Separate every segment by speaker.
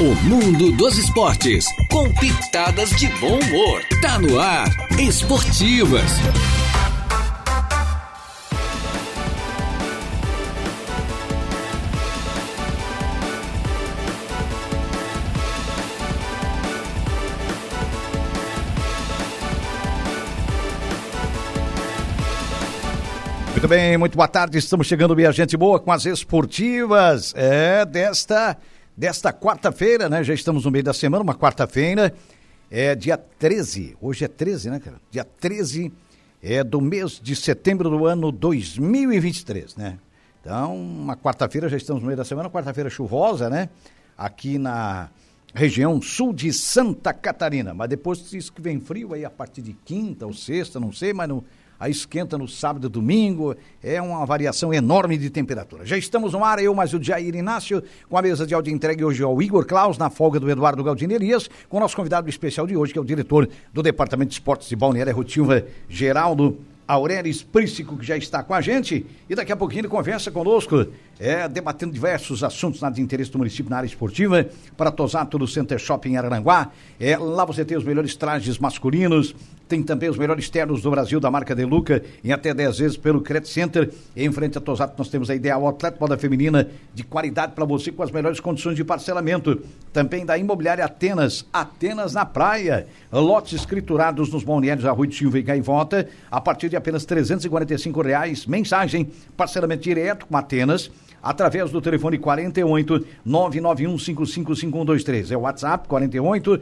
Speaker 1: O mundo dos esportes, com pitadas de bom humor. Tá no ar, Esportivas.
Speaker 2: Muito bem, muito boa tarde. Estamos chegando, minha gente boa, com as esportivas. É, desta desta quarta-feira, né? Já estamos no meio da semana, uma quarta-feira, é dia 13. Hoje é 13, né, cara? Dia 13 é do mês de setembro do ano 2023, né? Então, uma quarta-feira, já estamos no meio da semana, quarta-feira chuvosa, né? Aqui na região sul de Santa Catarina. Mas depois disso que vem frio aí a partir de quinta ou sexta, não sei, mas no aí esquenta no sábado e domingo, é uma variação enorme de temperatura. Já estamos no ar, eu mais o Jair Inácio, com a mesa de áudio entregue hoje ao Igor Klaus, na folga do Eduardo Galdinerias, com o nosso convidado especial de hoje, que é o diretor do Departamento de Esportes de Balneário Rotilva, Geraldo Aurelis Príncico, que já está com a gente, e daqui a pouquinho ele conversa conosco, é, debatendo diversos assuntos na área de interesse do município, na área esportiva, para Tosato do Center Shopping em Araranguá. É, lá você tem os melhores trajes masculinos, tem também os melhores ternos do Brasil, da marca Deluca, em até 10 vezes pelo Credit Center. Em frente a Tosato, nós temos a Ideal Atleta Moda Feminina, de qualidade para você, com as melhores condições de parcelamento. Também da Imobiliária Atenas, Atenas na Praia. Lotes escriturados nos balneários Arrui de Silva e Gaivota, a partir de de apenas R$ reais mensagem, parcelamento direto com Atenas, através do telefone 48 991555123. É o WhatsApp 48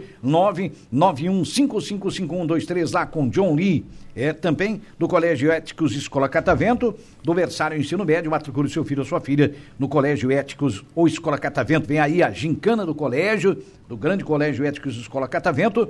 Speaker 2: 991555123 lá com John Lee. É também do Colégio Éticos Escola Catavento, do Versário Ensino Médio, matricule seu filho ou sua filha no Colégio Éticos ou Escola Catavento. Vem aí a gincana do colégio, do grande Colégio Éticos Escola Catavento,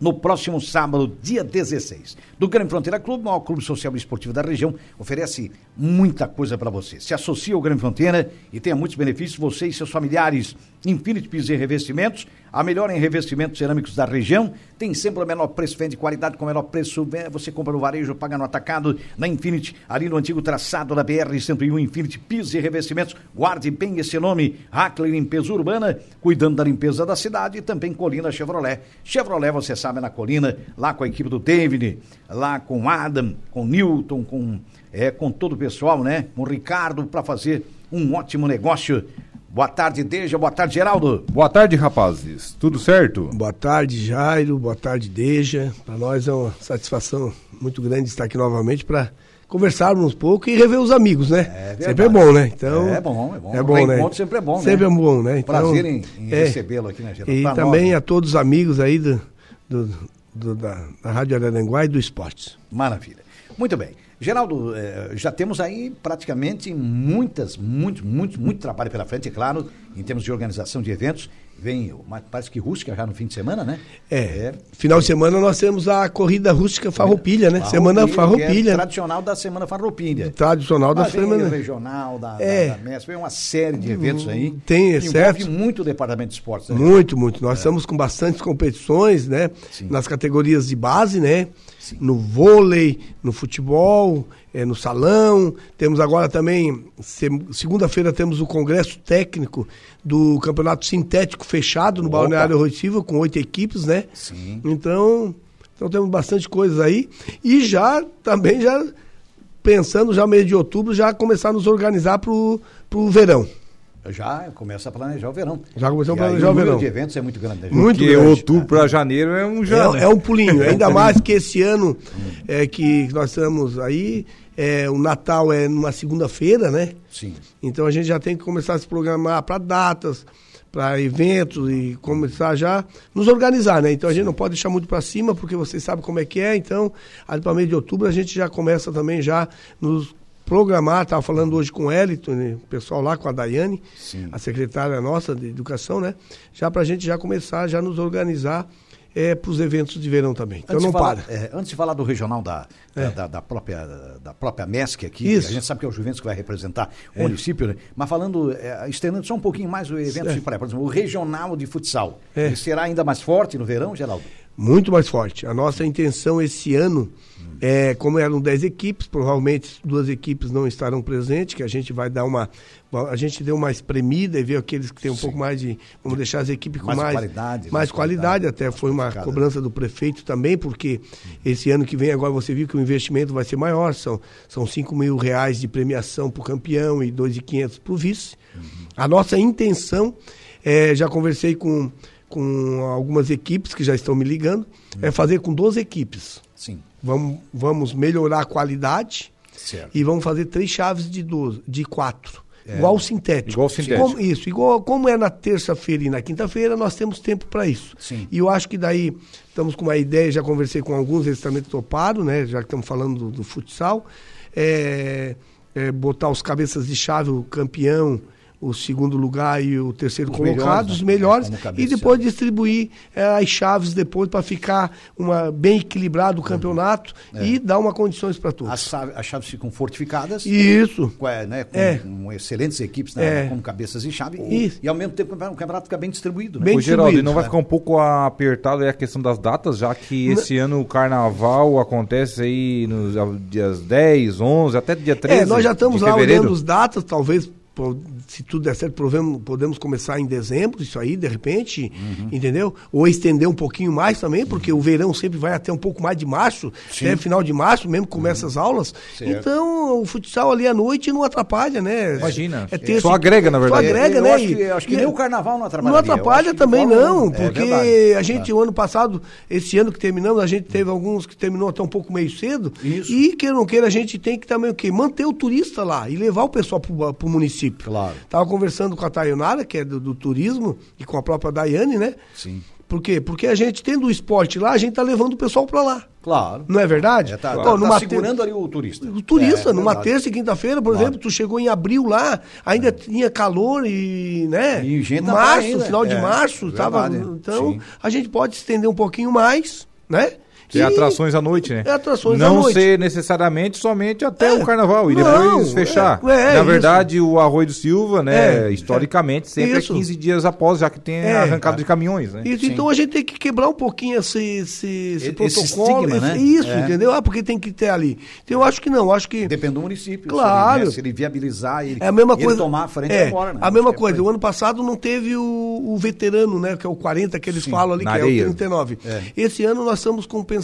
Speaker 2: no próximo sábado, dia 16. Do Grande Fronteira Clube, o maior clube social e esportivo da região, oferece muita coisa para você. Se associe ao Grande Fronteira e tenha muitos benefícios, você e seus familiares. Infinity Pisos e Revestimentos, a melhor em revestimentos cerâmicos da região, tem sempre o menor preço, vende qualidade com o menor preço, você compra no varejo, paga no atacado, na Infinity, ali no antigo traçado da BR-101, Infinity Pisos e Revestimentos, guarde bem esse nome, Hackley Limpeza Urbana, cuidando da limpeza da cidade e também Colina Chevrolet. Chevrolet, você sabe, é na colina, lá com a equipe do David, lá com Adam, com Newton, com, é, com todo o pessoal, né? Com o Ricardo, para fazer um ótimo negócio. Boa tarde, Deja. Boa tarde, Geraldo.
Speaker 3: Boa tarde, rapazes. Tudo certo?
Speaker 4: Boa tarde, Jairo. Boa tarde, Deja. Para nós é uma satisfação muito grande estar aqui novamente para conversarmos um pouco e rever os amigos, né? É sempre é bom, né?
Speaker 2: Então, é bom, é bom.
Speaker 4: É bom, né?
Speaker 2: sempre é bom, né?
Speaker 4: Sempre é bom, né? Então,
Speaker 2: Prazer em, em
Speaker 4: é.
Speaker 2: recebê-lo aqui, né, Geraldo?
Speaker 4: E
Speaker 2: Pra nós,
Speaker 4: também
Speaker 2: né?
Speaker 4: a todos os amigos aí do, do- do- da, da Rádio Araranguá e do esportes.
Speaker 2: Maravilha. Muito bem. Geraldo, eh, já temos aí praticamente muitas, muito, muito, muito trabalho pela frente, é claro, em termos de organização de eventos. Vem, o- mas parece que Rústica já no fim de semana, né?
Speaker 4: É, final de semana nós temos a corrida rústica Farroupilha, né? semana
Speaker 2: que
Speaker 4: Farroupilha, né?
Speaker 2: É tradicional da Semana Farroupilha.
Speaker 4: tradicional da
Speaker 2: Mas vem
Speaker 4: semana.
Speaker 2: o regional, da, da-
Speaker 4: É.
Speaker 2: da MESP, vem uma série de eventos aí.
Speaker 4: Tem,
Speaker 2: que
Speaker 4: é
Speaker 2: envolve
Speaker 4: certo. Hum.
Speaker 2: muito o departamento de esportes. né?
Speaker 4: Muito, muito. Nós estamos com bastantes competições, né?
Speaker 2: Sim.
Speaker 4: Nas categorias de base, né?
Speaker 2: Sim.
Speaker 4: No vôlei, no futebol, eh, no salão. Temos agora também, se- segunda-feira, temos o congresso técnico do Campeonato Sintético fechado no
Speaker 2: Opa.
Speaker 4: Balneário Roitivo, com oito equipes, né?
Speaker 2: Sim.
Speaker 4: Então, então temos bastante coisas aí. E já, também já, pensando já mês de outubro, já começar a nos organizar para o verão.
Speaker 2: Já começa a planejar o verão.
Speaker 4: Já começou a
Speaker 2: E aí
Speaker 4: planejar o
Speaker 2: número
Speaker 4: verão.
Speaker 2: de eventos é muito grande. Né? gente?
Speaker 4: Muito
Speaker 3: Porque
Speaker 4: grande.
Speaker 3: outubro para janeiro é um já.
Speaker 2: né?
Speaker 4: É, é um pulinho, ainda mais que esse ano é, que nós estamos aí, é, o Natal é numa segunda-feira, né?
Speaker 2: Sim.
Speaker 4: Então a gente já tem que começar a se programar para datas, para eventos e começar já a nos organizar, né? Então a gente não pode deixar muito para cima, porque vocês sabem como é que é. Então, ali para meio de outubro a gente já começa também já nos programar, estava falando hoje com o Elito, né, o pessoal lá com a Daiane,
Speaker 2: Sim.
Speaker 4: a secretária nossa de educação, né? Já para a gente já começar já nos organizar para os eventos de verão também. Então
Speaker 2: Antes
Speaker 4: não
Speaker 2: de falar,
Speaker 4: para. É.
Speaker 2: é, antes de falar do regional da, da- da, da própria, da própria MESC aqui,
Speaker 4: Isso. É.
Speaker 2: a gente sabe que é o Juventus que vai representar o município, né? mas falando, é, estendendo só um pouquinho mais o evento de praia, por exemplo, o regional de futsal,
Speaker 4: É.
Speaker 2: ele será ainda mais forte no verão, Geraldo?
Speaker 4: muito mais forte. A nossa intenção esse ano é, como eram 10 equipes, provavelmente duas equipes não estarão presentes, que a gente vai dar uma a gente deu uma espremida e veio aqueles que têm um pouco mais de, vamos deixar as equipes com
Speaker 2: Mais
Speaker 4: mais
Speaker 2: qualidade, mais
Speaker 4: mais qualidade,
Speaker 2: qualidade.
Speaker 4: até foi uma
Speaker 2: Cada-
Speaker 4: cobrança do prefeito também, porque esse ano que vem agora você viu que o investimento vai ser maior, são, são 5 mil reais de premiação para o campeão e 2.500 para o vice. A nossa intenção, é, já conversei com, com algumas equipes que já estão me ligando, é fazer com 12 equipes.
Speaker 2: Sim.
Speaker 4: Vamos, vamos melhorar a qualidade
Speaker 2: Certo. É.
Speaker 4: e vamos fazer três chaves de 12, de quatro. Igual o sintético.
Speaker 3: Igual o sintético.
Speaker 4: Como- isso, igual como é na terça-feira e na quinta-feira, nós temos tempo para isso.
Speaker 2: Sim.
Speaker 4: E eu acho que daí estamos com uma ideia, já conversei com alguns, eles também toparam, né? Já que estamos falando do, do futsal. É, é, botar os cabeças de chave, o campeão, o segundo lugar e o terceiro colocado,
Speaker 2: melhores,
Speaker 4: os
Speaker 2: né?
Speaker 4: melhores,
Speaker 2: Como cabeça
Speaker 4: e
Speaker 2: de chave.
Speaker 4: depois pode distribuir eh, as chaves depois para ficar uma, bem equilibrado o campeonato e dar uma condições para todos.
Speaker 2: As chave- as chaves ficam fortificadas.
Speaker 4: Isso.
Speaker 2: com, é, né, com,
Speaker 4: É.
Speaker 2: com excelentes equipes, né,
Speaker 4: É.
Speaker 2: como cabeças e chave.
Speaker 4: Isso.
Speaker 2: E ao mesmo tempo o campeonato- o campeonato fica bem distribuído. né?
Speaker 4: Bem
Speaker 3: Ô, Geraldo, e não
Speaker 4: distribuído,
Speaker 3: vai
Speaker 4: né?
Speaker 3: ficar um pouco apertado aí a questão das datas, já que esse ano o carnaval acontece aí nos a- dias 10, 11, até dia 13
Speaker 4: É, nós já estamos
Speaker 3: de
Speaker 4: lá
Speaker 3: fevereiro.
Speaker 4: olhando os datas, talvez, po- se tudo der certo, provemos- podemos começar em dezembro, isso aí, de repente,
Speaker 3: Uhum.
Speaker 4: entendeu? Ou estender um pouquinho mais também, porque o verão sempre vai até um pouco mais de março, até final de março mesmo
Speaker 3: Uhum.
Speaker 4: começa as aulas.
Speaker 2: Certo.
Speaker 4: Então, o futsal ali à noite não atrapalha, né?
Speaker 3: Imagina.
Speaker 4: É terça-
Speaker 3: Só agrega, na verdade.
Speaker 4: Só agrega,
Speaker 2: Eu
Speaker 4: né?
Speaker 2: acho
Speaker 4: E-
Speaker 2: que- acho que
Speaker 4: e-
Speaker 2: nem o carnaval não atrapalha.
Speaker 4: Não atrapalha também não, porque
Speaker 2: É
Speaker 4: a gente, o ano passado, esse ano que terminamos, a gente teve alguns que terminou até um pouco meio cedo.
Speaker 2: Isso.
Speaker 4: E queira ou não queira, a gente tem que também o quê? Manter o turista lá e levar o pessoal pro, pro município.
Speaker 2: Claro.
Speaker 4: Tava conversando com a Tayonara, que é do, do turismo, e com a própria Daiane, né?
Speaker 2: Sim.
Speaker 4: Por quê? Porque a gente tendo o esporte lá, a gente tá levando o pessoal pra lá.
Speaker 2: claro.
Speaker 4: Não é verdade?
Speaker 2: É, tá,
Speaker 4: Ó,
Speaker 2: tá
Speaker 4: numa te-
Speaker 2: segurando ali o turista.
Speaker 4: o turista,
Speaker 2: É,
Speaker 4: numa
Speaker 2: verdade. É.
Speaker 4: terça e quinta-feira, por exemplo, tu chegou em abril lá, ainda tinha calor e, né?
Speaker 2: E gente na praia
Speaker 4: março,
Speaker 2: ainda.
Speaker 4: final de
Speaker 2: É,
Speaker 4: março,
Speaker 2: verdade,
Speaker 4: tava,
Speaker 2: é.
Speaker 4: então
Speaker 2: Sim.
Speaker 4: a gente pode estender um pouquinho mais, né?
Speaker 3: Que é atrações à noite, né?
Speaker 4: É atrações à
Speaker 3: não
Speaker 4: noite.
Speaker 3: ser necessariamente somente até
Speaker 4: É.
Speaker 3: o carnaval e
Speaker 4: Não,
Speaker 3: depois fechar.
Speaker 4: é, é
Speaker 3: Na
Speaker 4: isso.
Speaker 3: verdade, o Arroio do Silva, né,
Speaker 4: É,
Speaker 3: historicamente, sempre
Speaker 4: Isso.
Speaker 3: é 15 dias após, já que tem
Speaker 4: É.
Speaker 3: arrancado de caminhões, né?
Speaker 4: Isso, então a gente tem que quebrar um pouquinho esse, esse, esse
Speaker 2: Esse
Speaker 4: protocolo.
Speaker 2: estigma, né?
Speaker 4: esse- Isso,
Speaker 2: É.
Speaker 4: entendeu? Ah, porque tem que ter ali. Então eu acho que não, acho que.
Speaker 2: Depende do município. Se
Speaker 4: Claro.
Speaker 2: ele, né, se ele viabilizar, ele,
Speaker 4: É a mesma
Speaker 2: ele
Speaker 4: coisa.
Speaker 2: tomar a frente
Speaker 4: é,
Speaker 2: embora. Né?
Speaker 4: A mesma
Speaker 2: Acho que é
Speaker 4: coisa.
Speaker 2: por
Speaker 4: O ano passado não teve o, o veterano, né? Que é o 40 que eles falam ali, que
Speaker 3: na
Speaker 4: é
Speaker 3: areia.
Speaker 4: o 39.
Speaker 2: É.
Speaker 4: Esse ano nós estamos com um pensamento.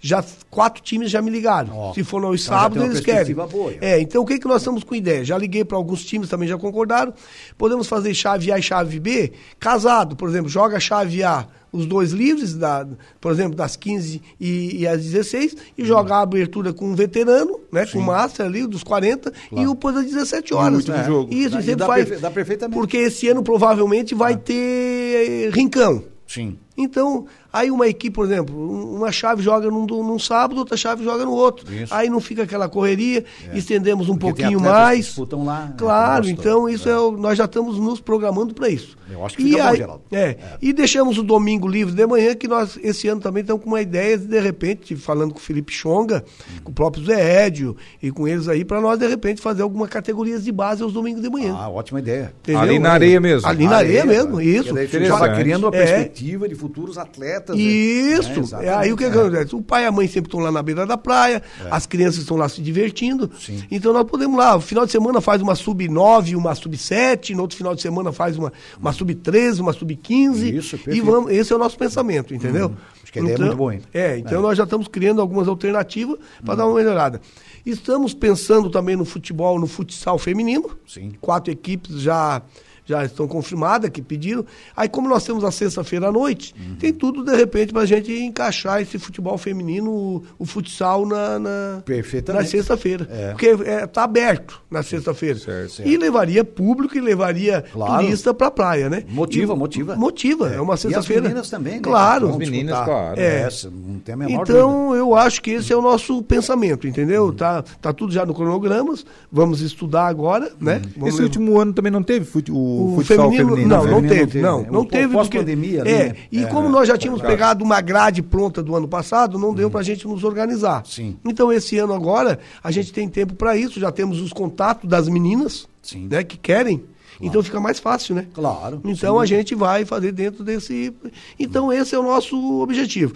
Speaker 4: Já quatro times já me ligaram.
Speaker 2: Ó.
Speaker 4: Se for nos
Speaker 2: Então já tem
Speaker 4: sábados,
Speaker 2: uma
Speaker 4: eles querem.
Speaker 2: perspectiva boa, né?
Speaker 4: É, então o que, que nós estamos com ideia? Já liguei para alguns times também, já concordaram. Podemos fazer chave A e chave B, casado, por exemplo, joga chave A. Os dois livres, da, por exemplo, das 15 e, e às 16, e
Speaker 2: Uhum.
Speaker 4: joga a abertura com um veterano, né? Com o Master ali, dos 40, e depois às 17 horas.
Speaker 3: último
Speaker 4: né?
Speaker 3: jogo.
Speaker 4: Isso,
Speaker 2: Dá-
Speaker 4: e
Speaker 2: e
Speaker 4: sempre
Speaker 2: dá
Speaker 4: faz.
Speaker 2: perfe- dá perfeitamente. É.
Speaker 4: Porque esse ano provavelmente vai ter eh, rincão.
Speaker 2: Sim.
Speaker 4: Então, aí uma equipe, por exemplo, um- uma chave joga num, do- num sábado, outra chave joga no outro.
Speaker 2: Isso. É.
Speaker 4: Aí não fica aquela correria, estendemos um
Speaker 2: Porque tem
Speaker 4: pouquinho
Speaker 2: atletas que
Speaker 4: mais.
Speaker 2: disputam lá, né,
Speaker 4: Claro,
Speaker 2: com gosto.
Speaker 4: então isso é. o- nós já estamos nos programando para isso.
Speaker 2: Eu acho que fica bom, Geraldo.
Speaker 4: É, E deixamos o domingo livre de manhã, que nós esse ano também estamos com uma ideia de, de repente, falando com o Felipe Chonga, com o próprio Zé Edio e com eles aí, para nós, de repente, fazer alguma categoria de base aos domingos de manhã.
Speaker 2: Ah, né? ótima ideia.
Speaker 4: Entendeu? É.
Speaker 3: Ali na areia mesmo.
Speaker 4: Ali na areia, mesmo,
Speaker 2: cara.
Speaker 4: isso.
Speaker 2: Porque daí
Speaker 3: Interessante.
Speaker 2: Estava criando uma
Speaker 4: É.
Speaker 2: perspectiva de futuros atletas. né? É,
Speaker 4: Isso. É,
Speaker 2: exatamente.
Speaker 4: aí o que
Speaker 2: É.
Speaker 4: acontece? O pai e a mãe sempre estão lá na beira da praia, as crianças estão lá se divertindo.
Speaker 2: Sim.
Speaker 4: Então nós podemos lá, no final de semana faz uma sub-9, uma sub-7, no outro final de semana faz uma, uma sub-13, uma sub-15.
Speaker 2: Isso,
Speaker 4: e
Speaker 2: perfeito.
Speaker 4: vamos, esse é o nosso pensamento, entendeu?
Speaker 2: Acho que a ideia é muito boa, hein?
Speaker 4: É, então nós já estamos criando algumas alternativas para dar uma melhorada. Estamos pensando também no futebol, no futsal feminino.
Speaker 2: Sim.
Speaker 4: Quatro equipes já já estão confirmadas que pediram. Aí como nós temos a sexta-feira à noite,
Speaker 2: Uhum.
Speaker 4: tem tudo de repente para a gente encaixar esse futebol feminino, o, o futsal na na,
Speaker 2: Perfeitamente.
Speaker 4: na sexta-feira,
Speaker 2: É.
Speaker 4: porque é, tá aberto na sexta-feira
Speaker 3: Certo, certo.
Speaker 4: e levaria público e levaria
Speaker 2: Claro.
Speaker 4: turista para praia, né?
Speaker 2: Motiva,
Speaker 4: E-
Speaker 2: motiva.
Speaker 4: Motiva, é, uma
Speaker 2: E
Speaker 4: sexta-feira.
Speaker 2: as meninas também, né?
Speaker 4: Claro.
Speaker 2: Vão
Speaker 3: As meninas,
Speaker 2: disputar.
Speaker 3: claro.
Speaker 2: É,
Speaker 4: É.
Speaker 2: essa não tem a menor dúvida. Uhum.
Speaker 4: Então, eu acho que esse é o nosso pensamento, entendeu? Tá, tá tudo já no cronogramas, vamos estudar agora, né? Vamos
Speaker 3: Esse
Speaker 4: levar-
Speaker 3: último ano também não teve fute- o,
Speaker 4: o
Speaker 3: futsal
Speaker 4: feminino,
Speaker 3: feminino.
Speaker 4: não,
Speaker 3: né?
Speaker 4: não
Speaker 2: Uhum. Feminino
Speaker 4: teve,
Speaker 2: não
Speaker 4: não,
Speaker 2: teve, né?
Speaker 4: não
Speaker 2: O
Speaker 4: teve porque-
Speaker 2: pós-pandemia ali,
Speaker 4: É,
Speaker 2: né?
Speaker 4: e
Speaker 2: É, Uhum.
Speaker 4: como nós já tínhamos pegado uma grade pronta do ano passado, não deu para a gente nos organizar.
Speaker 2: Sim.
Speaker 4: Então esse ano agora a gente tem tempo para isso, já temos os contatos das meninas,
Speaker 2: Sim.
Speaker 4: né, que querem. Então fica mais fácil, né?
Speaker 2: Claro.
Speaker 4: Então a gente vai fazer dentro desse. Então esse é o nosso objetivo.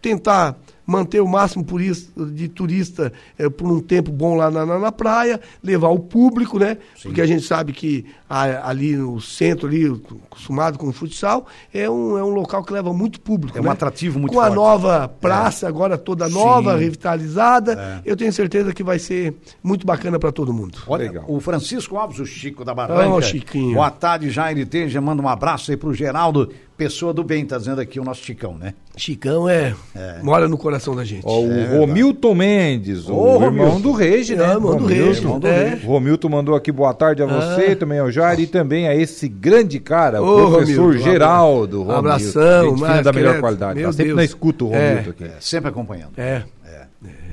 Speaker 4: Tentar manter o máximo por isso- de turista eh, por um tempo bom lá na, na, na praia, levar o público, né? Porque a gente sabe que a- ali no centro, ali, acostumado com o futsal, é um, é um local que leva muito público.
Speaker 2: É um
Speaker 4: né?
Speaker 2: atrativo muito
Speaker 4: Com a
Speaker 2: forte.
Speaker 4: nova praça, agora toda nova, revitalizada, eu tenho certeza que vai ser muito bacana para todo mundo.
Speaker 2: Olha,
Speaker 3: Legal.
Speaker 2: o Francisco Alves, o Chico da Barranca.
Speaker 4: Ô, Chiquinho.
Speaker 2: Boa tarde, Jair Teja. Manda um abraço aí pro Geraldo, pessoa do bem, tá dizendo aqui o nosso Chicão, né?
Speaker 4: Chicão é, mora no coração da gente.
Speaker 3: Ó, o
Speaker 2: É,
Speaker 3: Romilton Mendes, o
Speaker 2: Ô,
Speaker 3: irmão
Speaker 2: Romilton.
Speaker 3: do Regi, né?
Speaker 4: É, irmão do Regi,
Speaker 3: Romilton.
Speaker 4: né?
Speaker 3: Romilton mandou aqui boa tarde a você, também ao Jair e também a esse grande cara, o
Speaker 4: Ô,
Speaker 3: professor
Speaker 4: Romilton, um
Speaker 3: Geraldo. Romilton.
Speaker 4: abração,
Speaker 3: Gente fina
Speaker 4: Marcos
Speaker 3: da melhor
Speaker 4: Queredo,
Speaker 3: qualidade.
Speaker 4: meu
Speaker 3: tá sempre
Speaker 4: Deus.
Speaker 3: na escuta o Romilton aqui.
Speaker 2: É, sempre acompanhando.
Speaker 4: É.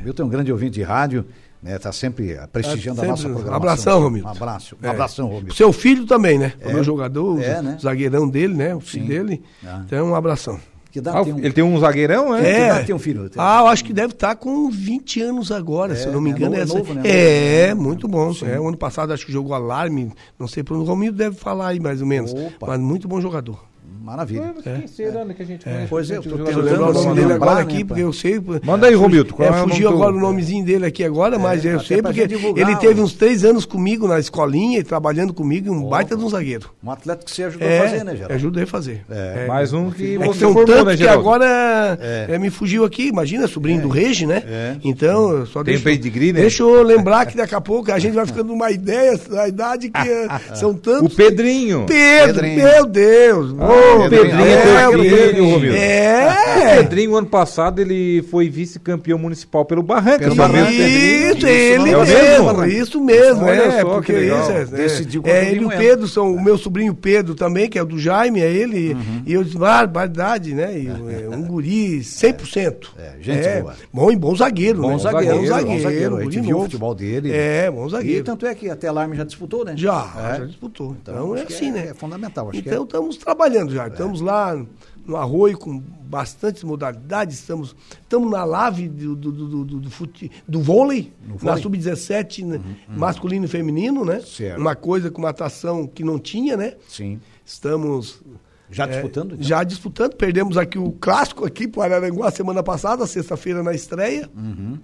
Speaker 2: Milton é um grande ouvinte de rádio, né? Tá sempre eh, prestigiando
Speaker 4: Tá
Speaker 2: a nossa
Speaker 4: sempre-
Speaker 2: programação.
Speaker 4: Abração, Romilton.
Speaker 2: Um abraço. Um
Speaker 4: É.
Speaker 2: abração, Romilton.
Speaker 4: Seu filho também, né? O meu jogador, o
Speaker 2: É, né?
Speaker 4: zagueirão dele, né? O filho
Speaker 2: Sim.
Speaker 4: dele.
Speaker 2: Ah.
Speaker 4: Então, um abração.
Speaker 2: Que dá,
Speaker 3: Ah,
Speaker 2: tem um-
Speaker 3: Ele tem um zagueirão, né?
Speaker 2: É. idade tem um filho? Tem-
Speaker 4: Ah, eu acho que deve estar com 20 anos agora, se eu não me
Speaker 2: é
Speaker 4: engano.
Speaker 2: novo,
Speaker 4: É,
Speaker 2: é
Speaker 4: essa-
Speaker 2: novo, né?
Speaker 4: é, muito bom. É, o ano passado acho que jogou alarme, não sei por onde. O Romildo deve falar aí mais ou menos.
Speaker 2: Opa.
Speaker 4: Mas muito bom jogador.
Speaker 2: Maravilha.
Speaker 3: Quem será, né, que a gente conhece
Speaker 2: Pois é, eu tô
Speaker 3: bastante
Speaker 4: Eu
Speaker 2: Eu
Speaker 3: jogador?
Speaker 2: tentando
Speaker 4: lembro o
Speaker 2: lembro
Speaker 4: nome
Speaker 2: não
Speaker 4: dele
Speaker 2: lembrar,
Speaker 4: agora
Speaker 2: né,
Speaker 4: aqui,
Speaker 2: pá?
Speaker 4: porque eu sei.
Speaker 3: Manda aí, Romilton, qual
Speaker 4: É,
Speaker 3: é o
Speaker 4: fugiu
Speaker 3: nome do- É,
Speaker 4: agora o nomezinho dele aqui agora, mas eu
Speaker 2: até
Speaker 4: sei
Speaker 2: pra
Speaker 4: porque
Speaker 2: gente divulgar,
Speaker 4: ele teve
Speaker 2: ó.
Speaker 4: uns três anos comigo na escolinha e trabalhando comigo, e um baita de um zagueiro.
Speaker 2: Um atleta que você ajudou
Speaker 4: É,
Speaker 2: a fazer, né, Geraldo?
Speaker 4: ajudei a fazer.
Speaker 2: É.
Speaker 3: Mais um que
Speaker 4: É que
Speaker 3: você
Speaker 4: são
Speaker 3: formou,
Speaker 4: tantos
Speaker 3: né,
Speaker 4: que
Speaker 3: Geraldo?
Speaker 4: agora
Speaker 2: É.
Speaker 4: é, me fugiu aqui, imagina, sobrinho do Regi, né?
Speaker 2: É.
Speaker 4: Então, eu só
Speaker 3: Tem
Speaker 4: deixo,
Speaker 3: pedigree, né?
Speaker 4: deixa eu lembrar que daqui a pouco a gente vai ficando numa ideia, a idade que eh, são
Speaker 3: O
Speaker 4: tantos.
Speaker 3: Pedrinho.
Speaker 4: Pedro,
Speaker 2: Pedrinho.
Speaker 4: meu Deus!
Speaker 3: Ah,
Speaker 4: Ô,
Speaker 3: o Pedrinho é
Speaker 4: Pedro,
Speaker 3: teu filho,
Speaker 4: Pedro.
Speaker 3: Romildo.
Speaker 4: É!
Speaker 3: O Pedrinho, ano passado, ele foi vice-campeão municipal pelo Barranca.
Speaker 4: né?
Speaker 2: Pelo
Speaker 3: o
Speaker 2: Barranca.
Speaker 3: mesmo Pedrinho.
Speaker 4: Isso,
Speaker 2: Isso,
Speaker 4: ele
Speaker 3: é o
Speaker 4: mesmo,
Speaker 3: mesmo?
Speaker 4: isso mesmo,
Speaker 3: Olha
Speaker 4: é,
Speaker 3: só,
Speaker 4: porque
Speaker 3: que legal.
Speaker 4: isso é,
Speaker 2: Decidiu
Speaker 4: é,
Speaker 2: contra o
Speaker 4: ele e o
Speaker 2: Limoeiro.
Speaker 4: Pedro, são,
Speaker 2: É.
Speaker 4: o meu sobrinho Pedro também, que é do Jaime, é ele,
Speaker 2: Uhum.
Speaker 4: e eu disse, barbaridade, né, e, é, um guri 100%.
Speaker 2: É, gente boa.
Speaker 4: Bom e bom zagueiro,
Speaker 2: Bom
Speaker 4: né?
Speaker 2: zagueiro,
Speaker 4: bom zagueiro,
Speaker 2: bom zagueiro. A
Speaker 4: guri
Speaker 2: gente viu o
Speaker 4: novo.
Speaker 2: futebol dele.
Speaker 4: É, bom zagueiro.
Speaker 2: E tanto é que até Alarme já disputou, né?
Speaker 4: Já,
Speaker 2: É.
Speaker 4: já disputou. Então,
Speaker 2: Então,
Speaker 4: é
Speaker 2: acho que
Speaker 4: assim,
Speaker 2: é-
Speaker 4: né?
Speaker 2: é fundamental, acho que
Speaker 4: Então
Speaker 2: é.
Speaker 4: estamos trabalhando já. Estamos lá no arroio com bastantes modalidades, estamos, estamos na lave do, do, do, do, do- do fute- do vôlei, na
Speaker 2: vôlei. Uhum,
Speaker 4: sub-17, né? masculino e feminino, né?
Speaker 2: Certo.
Speaker 4: Uma coisa com uma atração que não tinha, né?
Speaker 2: Sim.
Speaker 4: Estamos
Speaker 2: Já
Speaker 4: é,
Speaker 2: disputando? então?
Speaker 4: Já disputando. Perdemos aqui o clássico aqui para Araranguá semana passada, sexta-feira na estreia.
Speaker 2: Uhum,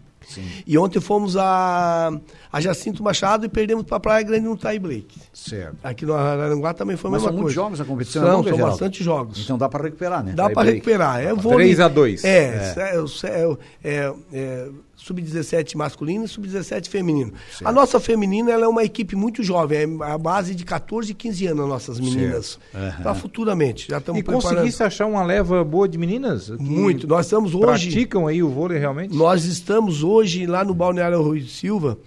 Speaker 4: E ontem fomos a, a Jacinto Machado e perdemos para Praia Grande no tie break.
Speaker 2: Tá Certo.
Speaker 4: Aqui no Araranguá também foi a
Speaker 2: Mas
Speaker 4: mesma
Speaker 2: são é
Speaker 4: coisa.
Speaker 2: muitos jogos a competição.
Speaker 4: São,
Speaker 2: não,
Speaker 4: são
Speaker 2: Geraldo?
Speaker 4: bastante jogos.
Speaker 2: Então dá para recuperar, né?
Speaker 4: Dá para
Speaker 3: break.
Speaker 4: recuperar. É vôlei.
Speaker 3: 3 a 2.
Speaker 4: É, é, é, é, é, sub-17 masculino e sub-17 feminino. A nossa feminina ela é uma equipe muito jovem, é a base de 14, 15 anos as nossas meninas. Para futuramente, já estamos
Speaker 3: E
Speaker 4: preparando.
Speaker 3: conseguisse achar uma leva boa de meninas? Que
Speaker 4: Muito. Nós estamos hoje...
Speaker 3: Praticam aí o vôlei realmente?
Speaker 4: Nós estamos hoje lá no Balneário Rui de Silva,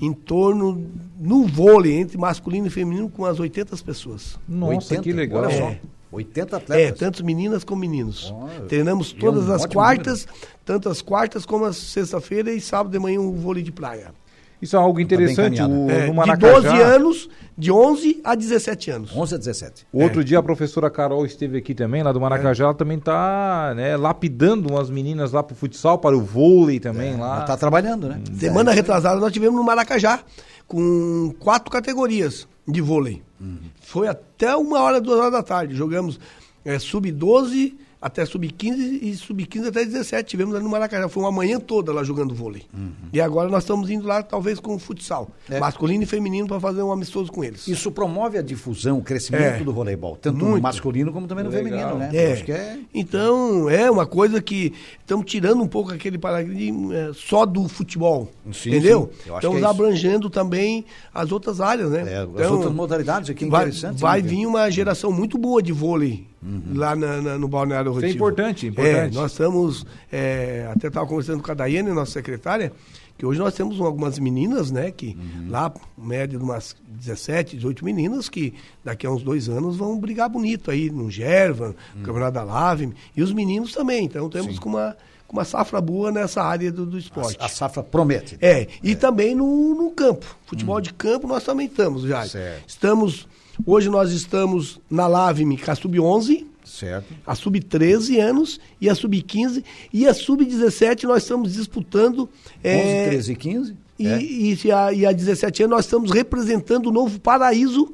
Speaker 4: em torno, no vôlei, entre masculino e feminino, com umas 80 pessoas.
Speaker 3: Nossa, que legal.
Speaker 2: Olha
Speaker 4: É.
Speaker 2: só. 80
Speaker 4: É,
Speaker 2: atletas.
Speaker 4: tanto meninas como meninos.
Speaker 2: Olha,
Speaker 4: Treinamos
Speaker 2: é
Speaker 4: todas
Speaker 2: um
Speaker 4: as
Speaker 2: ótimo
Speaker 4: quartas, tanto as quartas como as sexta-feira e sábado de manhã o vôlei de praia.
Speaker 3: Isso é algo interessante.
Speaker 2: encaminhado.
Speaker 3: o,
Speaker 4: Tá É,
Speaker 3: no
Speaker 4: de
Speaker 3: um Maracajá,
Speaker 4: 12 anos, de 11 a 17 anos.
Speaker 2: 11 a 17.
Speaker 4: É.
Speaker 3: Outro dia a professora Carol esteve aqui também, lá do Maracajá, ela também está né, lapidando umas meninas lá pro futsal, para o vôlei
Speaker 4: É,
Speaker 3: também lá.
Speaker 2: Mas tá trabalhando, né?
Speaker 4: Ah. Hum. Semana retrasada nós tivemos no Maracajá, com quatro categorias de vôlei. Foi até uma hora, duas horas da tarde. Jogamos eh, sub-12 até sub-15 e sub-15 até 17. Tivemos lá no Maracajá. Foi uma manhã toda lá jogando vôlei. E agora nós estamos indo lá, talvez, com futsal.
Speaker 2: É.
Speaker 4: Masculino e feminino, para fazer um amistoso com eles.
Speaker 2: Isso promove a difusão, o crescimento
Speaker 4: É.
Speaker 2: do voleibol, tanto no
Speaker 4: Muito.
Speaker 2: masculino como também no
Speaker 3: Legal.
Speaker 2: feminino, né?
Speaker 4: É.
Speaker 2: Acho que é
Speaker 4: Então, é uma coisa que estamos tirando um pouco aquele paradigma eh, só do futebol.
Speaker 2: Sim,
Speaker 4: entendeu?
Speaker 2: sim. Eu acho que é
Speaker 4: Estamos
Speaker 2: isso.
Speaker 4: abrangendo também as outras áreas, né?
Speaker 2: É, as
Speaker 4: Então,
Speaker 2: outras modalidades aqui,
Speaker 4: vai,
Speaker 2: interessante.
Speaker 4: vai
Speaker 2: né?
Speaker 4: vir uma geração muito boa de vôlei lá na- na- no Balneário
Speaker 3: Isso é
Speaker 4: Rotivo.
Speaker 3: importante, importante.
Speaker 4: nós estamos, eh, até estava conversando com a Daiane, nossa secretária, que hoje nós temos algumas meninas, né, que lá, média de umas 17, 18 meninas, que daqui a uns dois anos vão brigar bonito aí no Gervan, no Campeonato da Lave, e os meninos também. Então temos com uma, com uma safra boa nessa área do, do esporte.
Speaker 2: A, a safra promete.
Speaker 4: É, e também no, no campo. Futebol de campo nós também estamos, já.
Speaker 2: Certo.
Speaker 4: Estamos. Hoje nós estamos na Lavime com a Sub-11,
Speaker 2: Certo.
Speaker 4: a Sub-13 anos e a Sub-15. E a Sub-17 nós estamos disputando.
Speaker 2: 11,
Speaker 4: é,
Speaker 2: 13 e 15.
Speaker 4: E, e, se há, e há 17 anos nós estamos representando o novo paraíso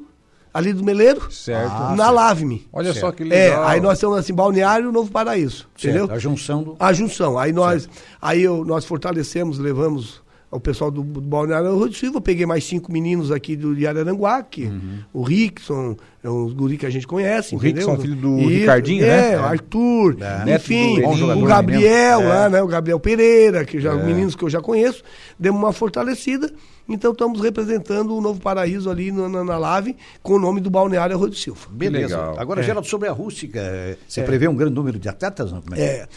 Speaker 4: ali do Meleiro
Speaker 3: Certo. Ah,
Speaker 4: na Lavme.
Speaker 3: Olha só que
Speaker 4: É,
Speaker 3: legal.
Speaker 4: aí nós estamos assim, Balneário, Novo Paraíso,
Speaker 2: Certo,
Speaker 4: entendeu?
Speaker 2: A junção do.
Speaker 4: A junção. Aí nós, aí eu, nós fortalecemos, levamos o pessoal do, do Balneário Arroio do Silva, eu peguei mais cinco meninos aqui do, de Araranguá, que o Rickson, é um guri que a gente conhece,
Speaker 3: Uhum. O
Speaker 4: entendeu?
Speaker 3: Rickson, filho do Ricardinho,
Speaker 4: é,
Speaker 3: né?
Speaker 4: É, o Arthur,
Speaker 3: Neto
Speaker 4: enfim,
Speaker 3: do Bom jogador, É.
Speaker 4: o Gabriel
Speaker 3: menino.
Speaker 4: lá, né? O Gabriel Pereira, que já, meninos que eu já conheço, demos uma fortalecida, então estamos representando o Novo Paraíso ali na, na, na Lave, com o nome do Balneário Arroio do Silva.
Speaker 2: Beleza.
Speaker 3: legal.
Speaker 4: É.
Speaker 2: Agora, Geraldo, sobre a rústica, eh, você prevê um grande número de atletas? Não? Como é?
Speaker 4: É.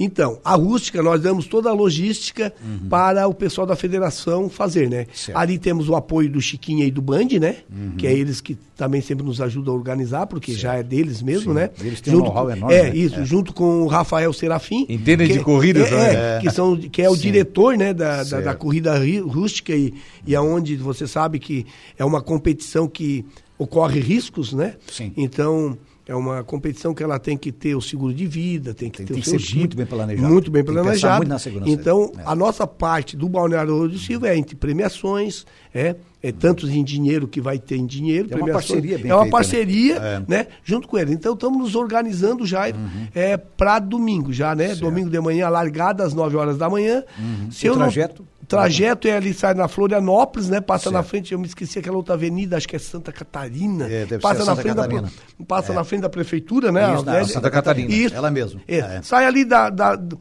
Speaker 4: Então, a rústica, nós damos toda a logística para o pessoal da federação fazer, né?
Speaker 2: Uhum. Certo. Uhum.
Speaker 4: Ali temos o apoio do Chiquinha e do Band, né? Que é eles que também sempre nos ajudam a organizar, porque já é deles mesmo,
Speaker 2: Sim.
Speaker 4: né?
Speaker 2: Eles têm um know-how
Speaker 4: com-
Speaker 2: enorme,
Speaker 4: É,
Speaker 2: né?
Speaker 4: isso,
Speaker 2: É.
Speaker 4: junto com o Rafael Serafim.
Speaker 3: Entendem
Speaker 4: que-
Speaker 3: de corrida
Speaker 4: é,
Speaker 3: também.
Speaker 4: é, que, são, que é o
Speaker 2: né? Sim.
Speaker 4: diretor, né, da, da, da
Speaker 2: Certo.
Speaker 4: corrida ri- rústica e, e aonde você sabe que é uma competição que ocorre riscos, né?
Speaker 2: Sim.
Speaker 4: Então, é uma competição que ela tem que ter o seguro de vida, tem que
Speaker 2: Tem-
Speaker 4: ter
Speaker 2: tem
Speaker 4: o
Speaker 2: que
Speaker 4: seu
Speaker 2: ser
Speaker 4: chip,
Speaker 2: muito bem planejado.
Speaker 4: Muito bem
Speaker 2: Tem que pensar
Speaker 4: planejado.
Speaker 2: muito na segurança.
Speaker 4: Então,
Speaker 2: É.
Speaker 4: a nossa parte do Balneário Arroio do Silva é entre premiações, é, é tantos em dinheiro que vai ter em dinheiro,
Speaker 2: É uma
Speaker 4: premiações.
Speaker 2: parceria bem
Speaker 4: É uma
Speaker 2: feita, né?
Speaker 4: parceria,
Speaker 2: É. Uhum.
Speaker 4: né, junto com ele. Então, estamos nos organizando, Jairo, é, para domingo já, né? Domingo de manhã, largada às 9 horas da manhã. Se
Speaker 2: Uhum. E
Speaker 4: eu não-
Speaker 2: trajeto?
Speaker 4: Trajeto é ali, sai na Florianópolis, né? Passa na
Speaker 2: Certo.
Speaker 4: frente, eu me esqueci aquela outra avenida, acho que é Santa Catarina.
Speaker 2: É, deve
Speaker 4: passa
Speaker 2: ser
Speaker 4: na
Speaker 2: Santa
Speaker 4: frente
Speaker 2: Catarina. É.
Speaker 4: da passa na frente da prefeitura, né?
Speaker 2: Isso,
Speaker 4: A
Speaker 2: na
Speaker 4: velha-
Speaker 2: Santa Catarina,
Speaker 4: Isso.
Speaker 2: ela mesma.
Speaker 4: É.
Speaker 2: Ah, é.
Speaker 4: Sai ali da, da- do-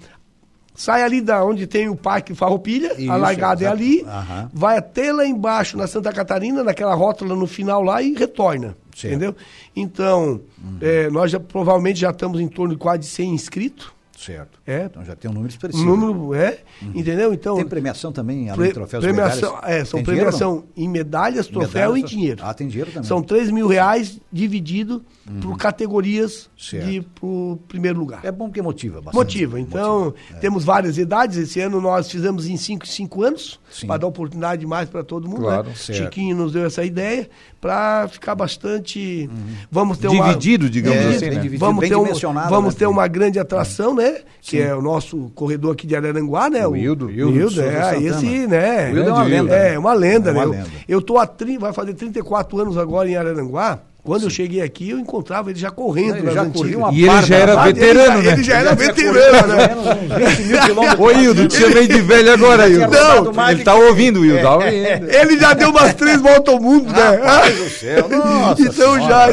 Speaker 4: sai ali da onde tem o Parque Farroupilha,
Speaker 2: Isso,
Speaker 4: a largada é
Speaker 2: exato.
Speaker 4: ali,
Speaker 2: Aham.
Speaker 4: vai até lá embaixo na Santa Catarina, naquela rótula no final lá e retorna,
Speaker 2: Certo. Uhum.
Speaker 4: entendeu? Então, é, nós já provavelmente já estamos em torno de quase 100 inscritos,
Speaker 2: Certo.
Speaker 4: É.
Speaker 2: Então Uhum. já tem um número
Speaker 4: o
Speaker 2: expressivo.
Speaker 4: número é, entendeu? Então,
Speaker 2: Tem premiação também, além
Speaker 4: Pre-
Speaker 2: de troféus
Speaker 4: premiação,
Speaker 2: medalhas?
Speaker 4: é, são
Speaker 2: Tem dinheiro, não?
Speaker 4: premiação em medalhas, troféu
Speaker 2: Medalhas,
Speaker 4: e dinheiro.
Speaker 2: ah, tem dinheiro também. Uhum.
Speaker 4: São 3 mil reais dividido por categorias
Speaker 2: Certo.
Speaker 4: de pro primeiro lugar.
Speaker 2: É né? bom porque motiva bastante.
Speaker 4: Motiva. Então,
Speaker 2: é.
Speaker 4: temos várias idades. Esse ano nós fizemos em 5 e 5 anos,
Speaker 2: Sim.
Speaker 4: para dar oportunidade mais para todo mundo.
Speaker 3: Claro,
Speaker 4: né?
Speaker 2: certo.
Speaker 4: Chiquinho nos deu essa ideia para ficar bastante.
Speaker 2: Uhum.
Speaker 4: Vamos ter uma.
Speaker 3: Dividido, digamos
Speaker 2: É,
Speaker 3: assim,
Speaker 2: bem
Speaker 3: né?
Speaker 2: dividido.
Speaker 4: Vamos,
Speaker 2: bem
Speaker 4: ter, um-
Speaker 2: dimensionado,
Speaker 4: vamos
Speaker 2: né?
Speaker 4: ter uma grande atração, né? Que é o nosso corredor aqui de Araranguá, né?
Speaker 3: O Hildo.
Speaker 4: O
Speaker 3: Hildo
Speaker 4: Hildo,
Speaker 2: Souza
Speaker 4: é,
Speaker 2: Santana.
Speaker 4: esse, né?
Speaker 2: O Hildo é uma
Speaker 4: Grande
Speaker 2: lenda,
Speaker 4: Hildo.
Speaker 2: né?
Speaker 4: É, uma lenda,
Speaker 2: É uma
Speaker 4: né? Eu-
Speaker 2: lenda.
Speaker 4: Eu tô há tri- vai fazer 34 anos agora em Araranguá. Quando eu cheguei aqui, eu encontrava ele já correndo
Speaker 2: Ele
Speaker 4: nas
Speaker 2: já
Speaker 4: antigas.
Speaker 2: corria uma
Speaker 3: E ele já era
Speaker 4: Ele já-
Speaker 3: veterano,
Speaker 4: ele
Speaker 3: né?
Speaker 4: já era veterano, né?
Speaker 3: Ô, Hildo, te chamei de velho agora, Hildo.
Speaker 2: rodado mais
Speaker 3: ele
Speaker 2: de-
Speaker 3: tá ouvindo, Hildo. Tá
Speaker 4: É.
Speaker 3: ouvindo.
Speaker 4: Ele já deu umas três voltas ao mundo, né?
Speaker 2: céu, nossa
Speaker 4: então já.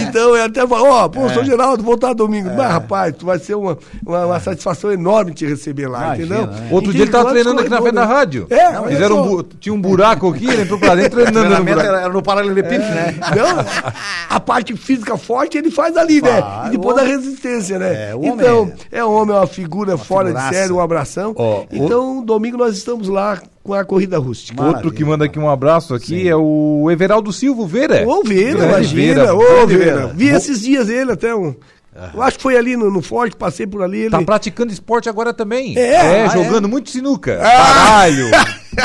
Speaker 4: Então é até falar, ó, pô, seu Geraldo, voltar domingo. Mas, rapaz, tu vai ser uma, uma, uma satisfação enorme te receber lá,
Speaker 2: Imagina,
Speaker 4: entendeu?
Speaker 2: né?
Speaker 3: Outro
Speaker 4: E
Speaker 3: dia ele tava
Speaker 4: quantos
Speaker 3: treinando aqui na frente da
Speaker 4: corredores?
Speaker 3: rádio.
Speaker 4: É, olha
Speaker 3: Fizeram um
Speaker 4: só.
Speaker 3: bu- Tinha um buraco aqui, ele entrou pra dentro
Speaker 2: O
Speaker 3: treinando no
Speaker 2: treinamento
Speaker 3: buraco.
Speaker 2: era, era no
Speaker 4: É.
Speaker 2: paralelepípedo, né?
Speaker 4: Não, Então, a parte física forte ele faz ali, né?
Speaker 2: Faz,
Speaker 4: E
Speaker 2: o
Speaker 4: depois da
Speaker 2: homem-
Speaker 4: resistência, né?
Speaker 2: É, o homem
Speaker 4: então, é um homem, é uma figura fora
Speaker 2: figuraça.
Speaker 4: de série, um abração.
Speaker 3: Ó, o-
Speaker 4: então, domingo nós estamos lá com a corrida rústica.
Speaker 2: Maravilha.
Speaker 3: Outro que manda aqui um abraço aqui é o Everaldo Silva Vera.
Speaker 4: Ô, Vieira,
Speaker 3: Grande
Speaker 4: imagina, ô,
Speaker 3: grande
Speaker 4: Vieira. Vi
Speaker 3: Bo-
Speaker 4: esses dias ele até um. Eu acho que foi ali no, no Forte, passei por ali. Ele...
Speaker 3: Ah. Tá praticando esporte agora também.
Speaker 4: É, ah,
Speaker 3: jogando muito sinuca. Caralho.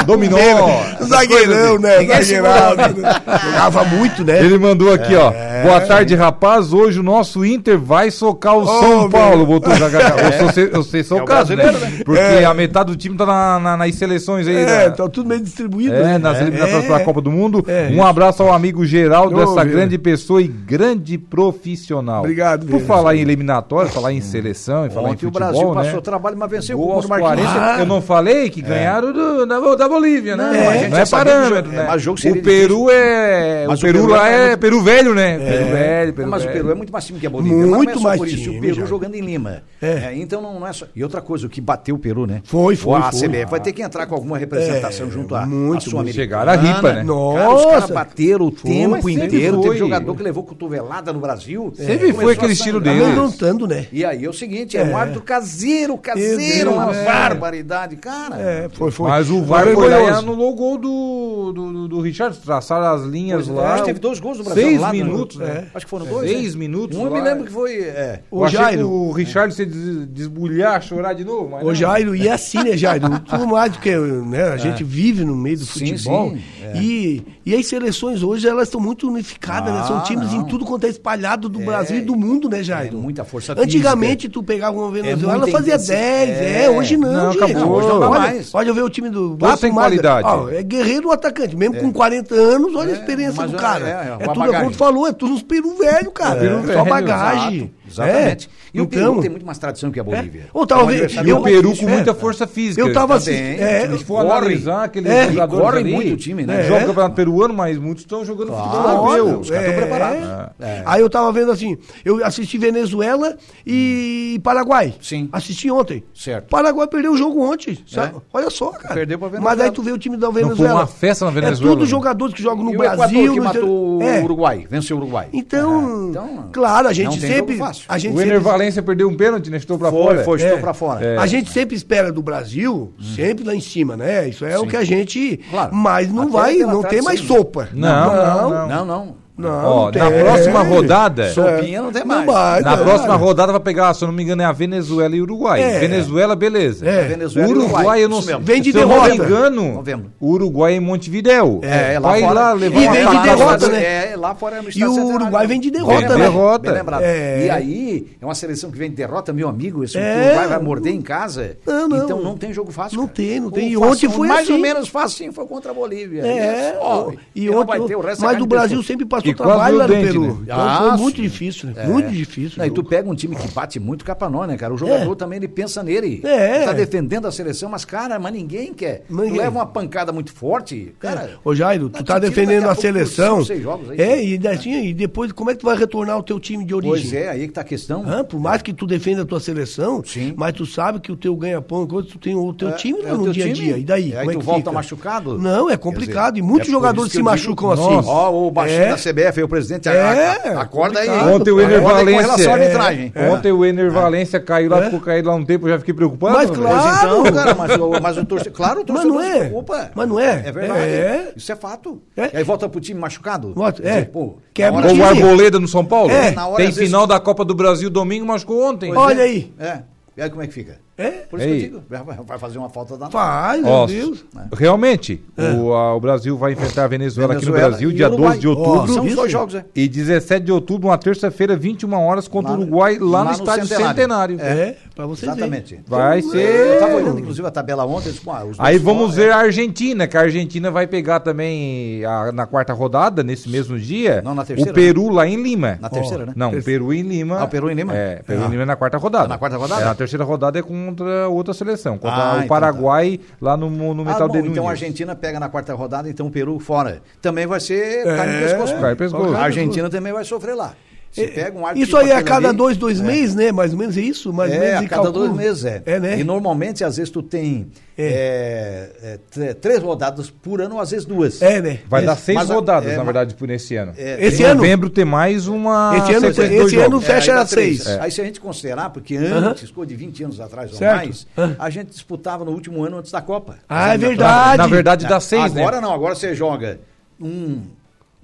Speaker 3: Dominó.
Speaker 4: Vieira, zagueirão, né? Zagueirado. né? Jogava muito, né?
Speaker 3: Ele mandou aqui, ó.
Speaker 4: É.
Speaker 3: Boa tarde, rapaz. Hoje o nosso Inter vai socar o São
Speaker 4: meu.
Speaker 3: Paulo. Botou o Zagallo. Eu sou, eu sei, sou
Speaker 2: É
Speaker 3: o
Speaker 2: o
Speaker 3: caso, né?
Speaker 2: brasileiro, né?
Speaker 3: Porque a metade do time tá na- na- nas seleções aí.
Speaker 4: É,
Speaker 3: da-
Speaker 4: tá tudo meio distribuído.
Speaker 3: É,
Speaker 4: né?
Speaker 3: nas eliminatórias da
Speaker 4: É.
Speaker 3: Copa do Mundo.
Speaker 4: É.
Speaker 3: um abraço ao amigo Geraldo,
Speaker 4: Ô,
Speaker 3: essa
Speaker 4: Vieira.
Speaker 3: grande pessoa e grande profissional.
Speaker 4: Obrigado,
Speaker 3: Por
Speaker 4: Vieira.
Speaker 3: falar em eliminatórias, falar em seleção e falar em
Speaker 2: Ontem o
Speaker 3: futebol,
Speaker 2: Brasil
Speaker 3: né?
Speaker 2: passou trabalho, mas venceu
Speaker 3: Gol
Speaker 2: o
Speaker 3: aos
Speaker 2: Bruno Marquinhos. Ah,
Speaker 3: 40, eu não falei
Speaker 2: É.
Speaker 3: que ganharam do- da, da Bolívia, né?
Speaker 4: Não, a gente
Speaker 3: Não
Speaker 2: já sabia que o
Speaker 3: é
Speaker 2: jogo-
Speaker 3: parâmetro, né?
Speaker 2: é, mas o jogo seria
Speaker 3: o Peru é...
Speaker 2: Mas
Speaker 3: o
Speaker 2: o
Speaker 3: Peru
Speaker 2: Peru
Speaker 3: lá
Speaker 2: é
Speaker 3: é
Speaker 2: muito-
Speaker 3: Peru velho, né? Peru velho, Peru
Speaker 2: mas o
Speaker 3: velho.
Speaker 2: Peru é muito mais time que a Bolívia. Mas não é
Speaker 4: Muito
Speaker 2: só
Speaker 4: mais
Speaker 2: por isso,
Speaker 4: time,
Speaker 2: o Peru
Speaker 4: já.
Speaker 2: jogando em Lima. É, então não, não é só. E outra coisa, o que bateu o Peru, né?
Speaker 4: Foi, foi,
Speaker 2: A
Speaker 4: foi. É,
Speaker 2: CBF vai ter que entrar com alguma representação junto à
Speaker 4: muito,
Speaker 2: à Sul-Americana.
Speaker 3: Chegaram a
Speaker 4: Ah,
Speaker 3: ripa, né?
Speaker 2: Cara, os caras
Speaker 4: Nossa.
Speaker 2: bateram o tempo
Speaker 3: mas sempre
Speaker 2: inteiro.
Speaker 3: foi.
Speaker 2: Teve jogador que levou cotovelada no Brasil.
Speaker 3: Sempre
Speaker 2: É,
Speaker 3: foi
Speaker 2: começou
Speaker 3: aquele
Speaker 2: a
Speaker 3: estilo
Speaker 2: sangrar.
Speaker 3: dele.
Speaker 4: Amedrontando, tá né?
Speaker 2: E aí é o seguinte, é, um árbitro caseiro,
Speaker 4: Meu
Speaker 2: caseiro,
Speaker 4: Deus,
Speaker 2: uma
Speaker 4: é.
Speaker 2: barbaridade, cara.
Speaker 4: É, foi, foi.
Speaker 3: Mas o VAR foi lá e
Speaker 4: Orgulhoso.
Speaker 3: anulou o gol do, do, do, do Richard, traçaram as linhas
Speaker 2: Pois é,
Speaker 3: lá.
Speaker 2: acho que teve dois gols no Brasil.
Speaker 3: Seis
Speaker 2: lá no-
Speaker 3: minutos,
Speaker 2: é,
Speaker 3: né?
Speaker 2: Acho que foram dois.
Speaker 3: Seis
Speaker 2: né?
Speaker 3: minutos
Speaker 2: Um eu me
Speaker 3: lá.
Speaker 2: lembro que foi. é.
Speaker 4: Ô,
Speaker 3: Eu achei que
Speaker 4: Jairo.
Speaker 3: o Richard se des- desbulhar, chorar de novo, mas
Speaker 4: Ô
Speaker 3: não.
Speaker 4: Jairo, e é assim, né, Jairo? Tudo mais, porque né, a gente vive no meio do
Speaker 2: É. Sim,
Speaker 4: futebol.
Speaker 2: sim, é.
Speaker 4: E, e as seleções hoje, elas estão muito unificadas, né? São
Speaker 2: Ah,
Speaker 4: times
Speaker 2: não.
Speaker 4: em tudo quanto é espalhado do
Speaker 2: É.
Speaker 4: Brasil e do mundo, né, Jairo?
Speaker 2: É muita força É
Speaker 4: Antigamente, tu pegava uma Venezuela,
Speaker 2: muita
Speaker 4: fazia
Speaker 2: intensidade.
Speaker 4: 10. É.
Speaker 2: É.
Speaker 4: hoje não,
Speaker 3: Não,
Speaker 4: gente.
Speaker 3: acabou.
Speaker 2: Hoje não dá
Speaker 4: olha,
Speaker 2: mais.
Speaker 4: olha, eu ver o time do
Speaker 3: Pô, ou sem qualidade?
Speaker 4: Ó, é guerreiro o atacante. Mesmo com 40 anos, olha a experiência
Speaker 2: mas
Speaker 4: do
Speaker 2: é-
Speaker 4: cara.
Speaker 2: é, é uma
Speaker 4: É, tudo
Speaker 2: bagagem. um
Speaker 4: o que falou, é tudo uns peru velho, cara.
Speaker 3: É, peru
Speaker 4: É,
Speaker 3: velho,
Speaker 4: só bagagem.
Speaker 2: Exato, exatamente.
Speaker 4: É.
Speaker 2: E o
Speaker 4: então,
Speaker 2: Peru tem muito mais tradição que a Bolívia.
Speaker 4: Ou talvez-
Speaker 2: É um adversário
Speaker 3: E tá, o
Speaker 4: tá Eu-
Speaker 3: Peru com
Speaker 4: é,
Speaker 3: muita
Speaker 4: é.
Speaker 3: força física.
Speaker 4: Eu tava
Speaker 2: também,
Speaker 4: assistindo. É,
Speaker 3: Se for
Speaker 2: Corre.
Speaker 3: analisar aqueles
Speaker 4: É, e
Speaker 3: jogadores
Speaker 2: corre
Speaker 3: ali,
Speaker 2: muito o time, né?
Speaker 3: É. Joga
Speaker 4: É.
Speaker 3: o campeonato peruano, mas muitos estão jogando futebol
Speaker 4: Claro,
Speaker 3: europeu.
Speaker 2: os caras tão
Speaker 4: é.
Speaker 2: preparados.
Speaker 4: É. Aí eu tava vendo assim, eu assisti Venezuela e Paraguai.
Speaker 2: Sim.
Speaker 4: Assisti ontem.
Speaker 2: Certo. É.
Speaker 4: Paraguai perdeu o jogo ontem. sabe? Olha só, cara.
Speaker 2: Perdeu pra Venezuela.
Speaker 4: Mas aí tu vê o time da Venezuela.
Speaker 3: foi uma festa na Venezuela,
Speaker 4: É tudo
Speaker 3: né?
Speaker 4: jogadores que jogam no
Speaker 2: E o
Speaker 4: Brasil.
Speaker 2: Equador que
Speaker 4: no inter-
Speaker 2: matou
Speaker 4: É.
Speaker 2: o Uruguai, venceu o Uruguai.
Speaker 4: Então,
Speaker 2: Então,
Speaker 4: claro, a
Speaker 2: não
Speaker 4: gente
Speaker 2: tem
Speaker 4: sempre.
Speaker 2: jogo fácil.
Speaker 4: A gente
Speaker 3: O
Speaker 4: sempre,
Speaker 3: Ener Valência perdeu um pênalti, né? Estou pra
Speaker 2: Foi,
Speaker 3: fora.
Speaker 2: foi, estou
Speaker 4: É.
Speaker 2: pra fora.
Speaker 3: É.
Speaker 4: a gente sempre espera do Brasil, sempre lá em cima, né? Isso é o que a gente.
Speaker 2: Hum. Claro.
Speaker 4: Mas não
Speaker 2: Até
Speaker 4: vai,
Speaker 2: pela
Speaker 4: não tem
Speaker 2: tradição,
Speaker 4: mais
Speaker 2: né?
Speaker 4: sopa.
Speaker 3: Não, não, não.
Speaker 2: Não, não.
Speaker 4: Não,
Speaker 3: Ó,
Speaker 4: não tem. É.
Speaker 3: na próxima rodada,
Speaker 2: Sopinha não tem mais.
Speaker 4: vai,
Speaker 3: na
Speaker 4: cara.
Speaker 3: próxima rodada vai pegar, se eu não me engano, é a Venezuela e Uruguai.
Speaker 4: É.
Speaker 3: Venezuela, beleza.
Speaker 4: É.
Speaker 2: Venezuela e
Speaker 3: Uruguai, eu não
Speaker 2: isso
Speaker 3: sei.
Speaker 2: mesmo.
Speaker 4: Vem de
Speaker 3: se eu não me
Speaker 4: derrota.
Speaker 3: engano,
Speaker 2: Novembro.
Speaker 3: Uruguai em Montevidéu.
Speaker 2: É, é lá
Speaker 3: vai
Speaker 2: fora.
Speaker 3: lá levar
Speaker 4: E
Speaker 3: uma
Speaker 4: vem de
Speaker 3: facada.
Speaker 4: derrota, né?
Speaker 2: É, lá fora é no
Speaker 4: E o Uruguai vem de derrota,
Speaker 3: né?
Speaker 2: Bem lembrado.
Speaker 4: É.
Speaker 2: E aí, é uma seleção que vem de derrota, meu amigo. Esse
Speaker 4: É.
Speaker 2: Uruguai vai morder em casa.
Speaker 4: Não, não.
Speaker 2: Então não tem jogo fácil.
Speaker 4: Não
Speaker 2: cara.
Speaker 4: tem, não tem.
Speaker 2: O
Speaker 4: E
Speaker 2: facinho,
Speaker 4: ontem foi
Speaker 2: mais
Speaker 4: assim.
Speaker 2: ou menos fácil foi contra a Bolívia.
Speaker 4: É,
Speaker 2: E só,
Speaker 4: ó,
Speaker 2: e
Speaker 4: e
Speaker 2: não
Speaker 4: ontem-
Speaker 2: vai ter o resto da
Speaker 4: mas
Speaker 2: carne
Speaker 4: o Brasil
Speaker 2: pescoço.
Speaker 4: sempre passou
Speaker 3: E quase
Speaker 4: trabalho
Speaker 3: o
Speaker 4: lá no
Speaker 3: dente,
Speaker 4: Peru.
Speaker 3: né?
Speaker 4: Então
Speaker 2: Ah,
Speaker 4: foi
Speaker 2: sim.
Speaker 4: muito difícil, né?
Speaker 2: É.
Speaker 4: Muito difícil.
Speaker 2: Não, e tu
Speaker 4: Dudu.
Speaker 2: pega um time que bate muito capanó, né, cara? O jogador
Speaker 4: É.
Speaker 2: também ele pensa nele.
Speaker 4: É.
Speaker 2: Tá defendendo a seleção, mas, cara, mas ninguém quer.
Speaker 4: Ninguém.
Speaker 2: Tu leva uma pancada muito forte, cara.
Speaker 4: Ô Jairo,
Speaker 2: tá
Speaker 4: tu tá
Speaker 2: tira
Speaker 4: defendendo
Speaker 2: daqui a
Speaker 4: a
Speaker 2: pouco
Speaker 4: seleção.
Speaker 2: cinco, seis jogos aí. né?
Speaker 4: é, e, daí, assim, e depois como é que tu vai retornar o teu time de origem?
Speaker 2: Pois é, aí que tá a questão.
Speaker 4: Hã? Por mais que tu defenda a tua seleção,
Speaker 2: Sim.
Speaker 4: mas tu sabe que o teu ganha-pão, coisa, tu tem o teu
Speaker 2: É,
Speaker 4: time
Speaker 2: é
Speaker 4: lá
Speaker 2: o
Speaker 4: no
Speaker 2: teu
Speaker 4: um dia a
Speaker 2: time.
Speaker 4: dia. E daí?
Speaker 2: E aí
Speaker 4: como é
Speaker 2: tu
Speaker 4: que
Speaker 2: volta
Speaker 4: fica?
Speaker 2: machucado?
Speaker 4: Não, é complicado. e muitos
Speaker 2: é por isso
Speaker 4: jogadores
Speaker 2: que
Speaker 4: se
Speaker 2: eu digo,
Speaker 4: machucam assim.
Speaker 3: nossa,
Speaker 2: Ó, o baixinho
Speaker 4: É.
Speaker 2: da CBF, aí, o presidente. a-
Speaker 4: É,
Speaker 2: a- acorda aí.
Speaker 4: complicado.
Speaker 3: Ontem o Ener
Speaker 2: Acorda aí com
Speaker 3: Valência.
Speaker 2: relação à arbitragem.
Speaker 3: É. Ontem o Ener Valência caiu lá,
Speaker 4: É.
Speaker 3: ficou caído lá um tempo, eu já fiquei preocupado. né?
Speaker 4: Mas
Speaker 3: velho.
Speaker 4: claro.
Speaker 2: Pois então, cara, mas, o- mas o torcedor. Claro, o
Speaker 4: Mas
Speaker 2: torcedor
Speaker 4: não é.
Speaker 2: se preocupa.
Speaker 4: Mas não é.
Speaker 2: É verdade.
Speaker 4: É.
Speaker 2: Isso é fato.
Speaker 4: É.
Speaker 2: E aí volta pro time machucado?
Speaker 4: Volta,
Speaker 2: Quer
Speaker 4: é.
Speaker 2: dizer, Pô,
Speaker 4: Quebra
Speaker 2: na hora-
Speaker 4: o
Speaker 3: Ou o
Speaker 4: time.
Speaker 3: Arboleda no São Paulo?
Speaker 4: É.
Speaker 2: Na hora,
Speaker 3: Tem
Speaker 2: às vezes-
Speaker 3: final da Copa do Brasil domingo, machucou ontem.
Speaker 4: Olha aí.
Speaker 2: É. E aí como é que fica?
Speaker 4: É?
Speaker 2: Por isso que eu
Speaker 3: Ei.
Speaker 2: digo, vai- vai fazer uma falta da
Speaker 4: Faz,
Speaker 3: Ó,
Speaker 4: meu Deus.
Speaker 3: Realmente, o, a- o Brasil vai enfrentar a Venezuela, aqui no
Speaker 2: É. Venezuela
Speaker 3: Brasil,
Speaker 2: e
Speaker 3: dia
Speaker 2: Uruguai.
Speaker 3: 12 de
Speaker 2: Ó,
Speaker 3: outubro.
Speaker 2: são os
Speaker 4: Isso.
Speaker 2: dois jogos, é.
Speaker 3: E 17 de outubro, uma terça-feira, 21 horas, contra
Speaker 2: Lá-
Speaker 3: o Uruguai, lá,
Speaker 2: lá
Speaker 3: no
Speaker 2: no
Speaker 3: estádio
Speaker 2: Centenário.
Speaker 3: Centenário.
Speaker 4: É, pra vocês verem.
Speaker 2: Exatamente.
Speaker 3: Vai
Speaker 2: Eu
Speaker 3: ser.
Speaker 2: tava olhando, inclusive, a tabela ontem. eu disse, pô, os
Speaker 3: Aí
Speaker 2: dois
Speaker 3: vamos
Speaker 2: fora, Ah,
Speaker 3: ver a Argentina, que a Argentina vai pegar também a- na quarta rodada, nesse mesmo dia,
Speaker 2: Não, na terceira,
Speaker 3: o Peru lá em Lima.
Speaker 2: Na terceira, né?
Speaker 3: Não, Peru em Lima.
Speaker 2: Ah, o Peru em Lima?
Speaker 3: É, Peru
Speaker 2: Ah.
Speaker 3: em Lima é na quarta rodada.
Speaker 2: na quarta rodada?
Speaker 3: É, na terceira rodada é contra outra seleção,
Speaker 2: Ah,
Speaker 3: contra
Speaker 2: então
Speaker 3: o
Speaker 2: tá.
Speaker 3: Paraguai lá no, tá no
Speaker 2: Ah,
Speaker 3: Metal
Speaker 2: bom,
Speaker 3: de
Speaker 2: então a
Speaker 3: Nunes.
Speaker 2: Argentina pega na quarta rodada, então o Peru fora. Também vai ser
Speaker 4: É.
Speaker 2: carne e pescoço.
Speaker 3: carne e pescoço.
Speaker 2: A Argentina também vai sofrer lá. Se pega um árbitro
Speaker 4: Isso aí é a
Speaker 2: daquele
Speaker 4: cada
Speaker 2: ali,
Speaker 4: dois, dois
Speaker 2: é.
Speaker 4: meses, né? Mais ou menos é isso? Mais ou
Speaker 2: É,
Speaker 4: menos
Speaker 2: a
Speaker 4: e
Speaker 2: cada
Speaker 4: calcula.
Speaker 2: dois meses é.
Speaker 4: É, né?
Speaker 2: E normalmente, às vezes, tu tem é, é, tr- três rodadas por ano, ou às vezes duas.
Speaker 4: É, né?
Speaker 3: Vai dar
Speaker 4: Esse-
Speaker 3: seis
Speaker 2: Mas a-
Speaker 3: rodadas,
Speaker 2: é,
Speaker 3: na
Speaker 2: mas- é,
Speaker 3: verdade, por esse ano.
Speaker 4: Esse
Speaker 3: em
Speaker 4: ano?
Speaker 3: novembro tem mais uma
Speaker 4: Esse ano-
Speaker 3: sequência de dois
Speaker 4: esse ano
Speaker 3: jogos.
Speaker 4: fe- fecha
Speaker 2: aí dá
Speaker 4: às
Speaker 2: três.
Speaker 3: É.
Speaker 4: seis.
Speaker 2: Aí se a gente considerar, porque antes, coisa de 20 anos atrás ou
Speaker 4: Certo.
Speaker 2: mais,
Speaker 4: Aham.
Speaker 2: a gente disputava no último ano antes da Copa.
Speaker 4: Ah, é
Speaker 3: Na,
Speaker 4: verdade.
Speaker 3: na verdade, dá seis, né?
Speaker 2: agora não, agora você joga um,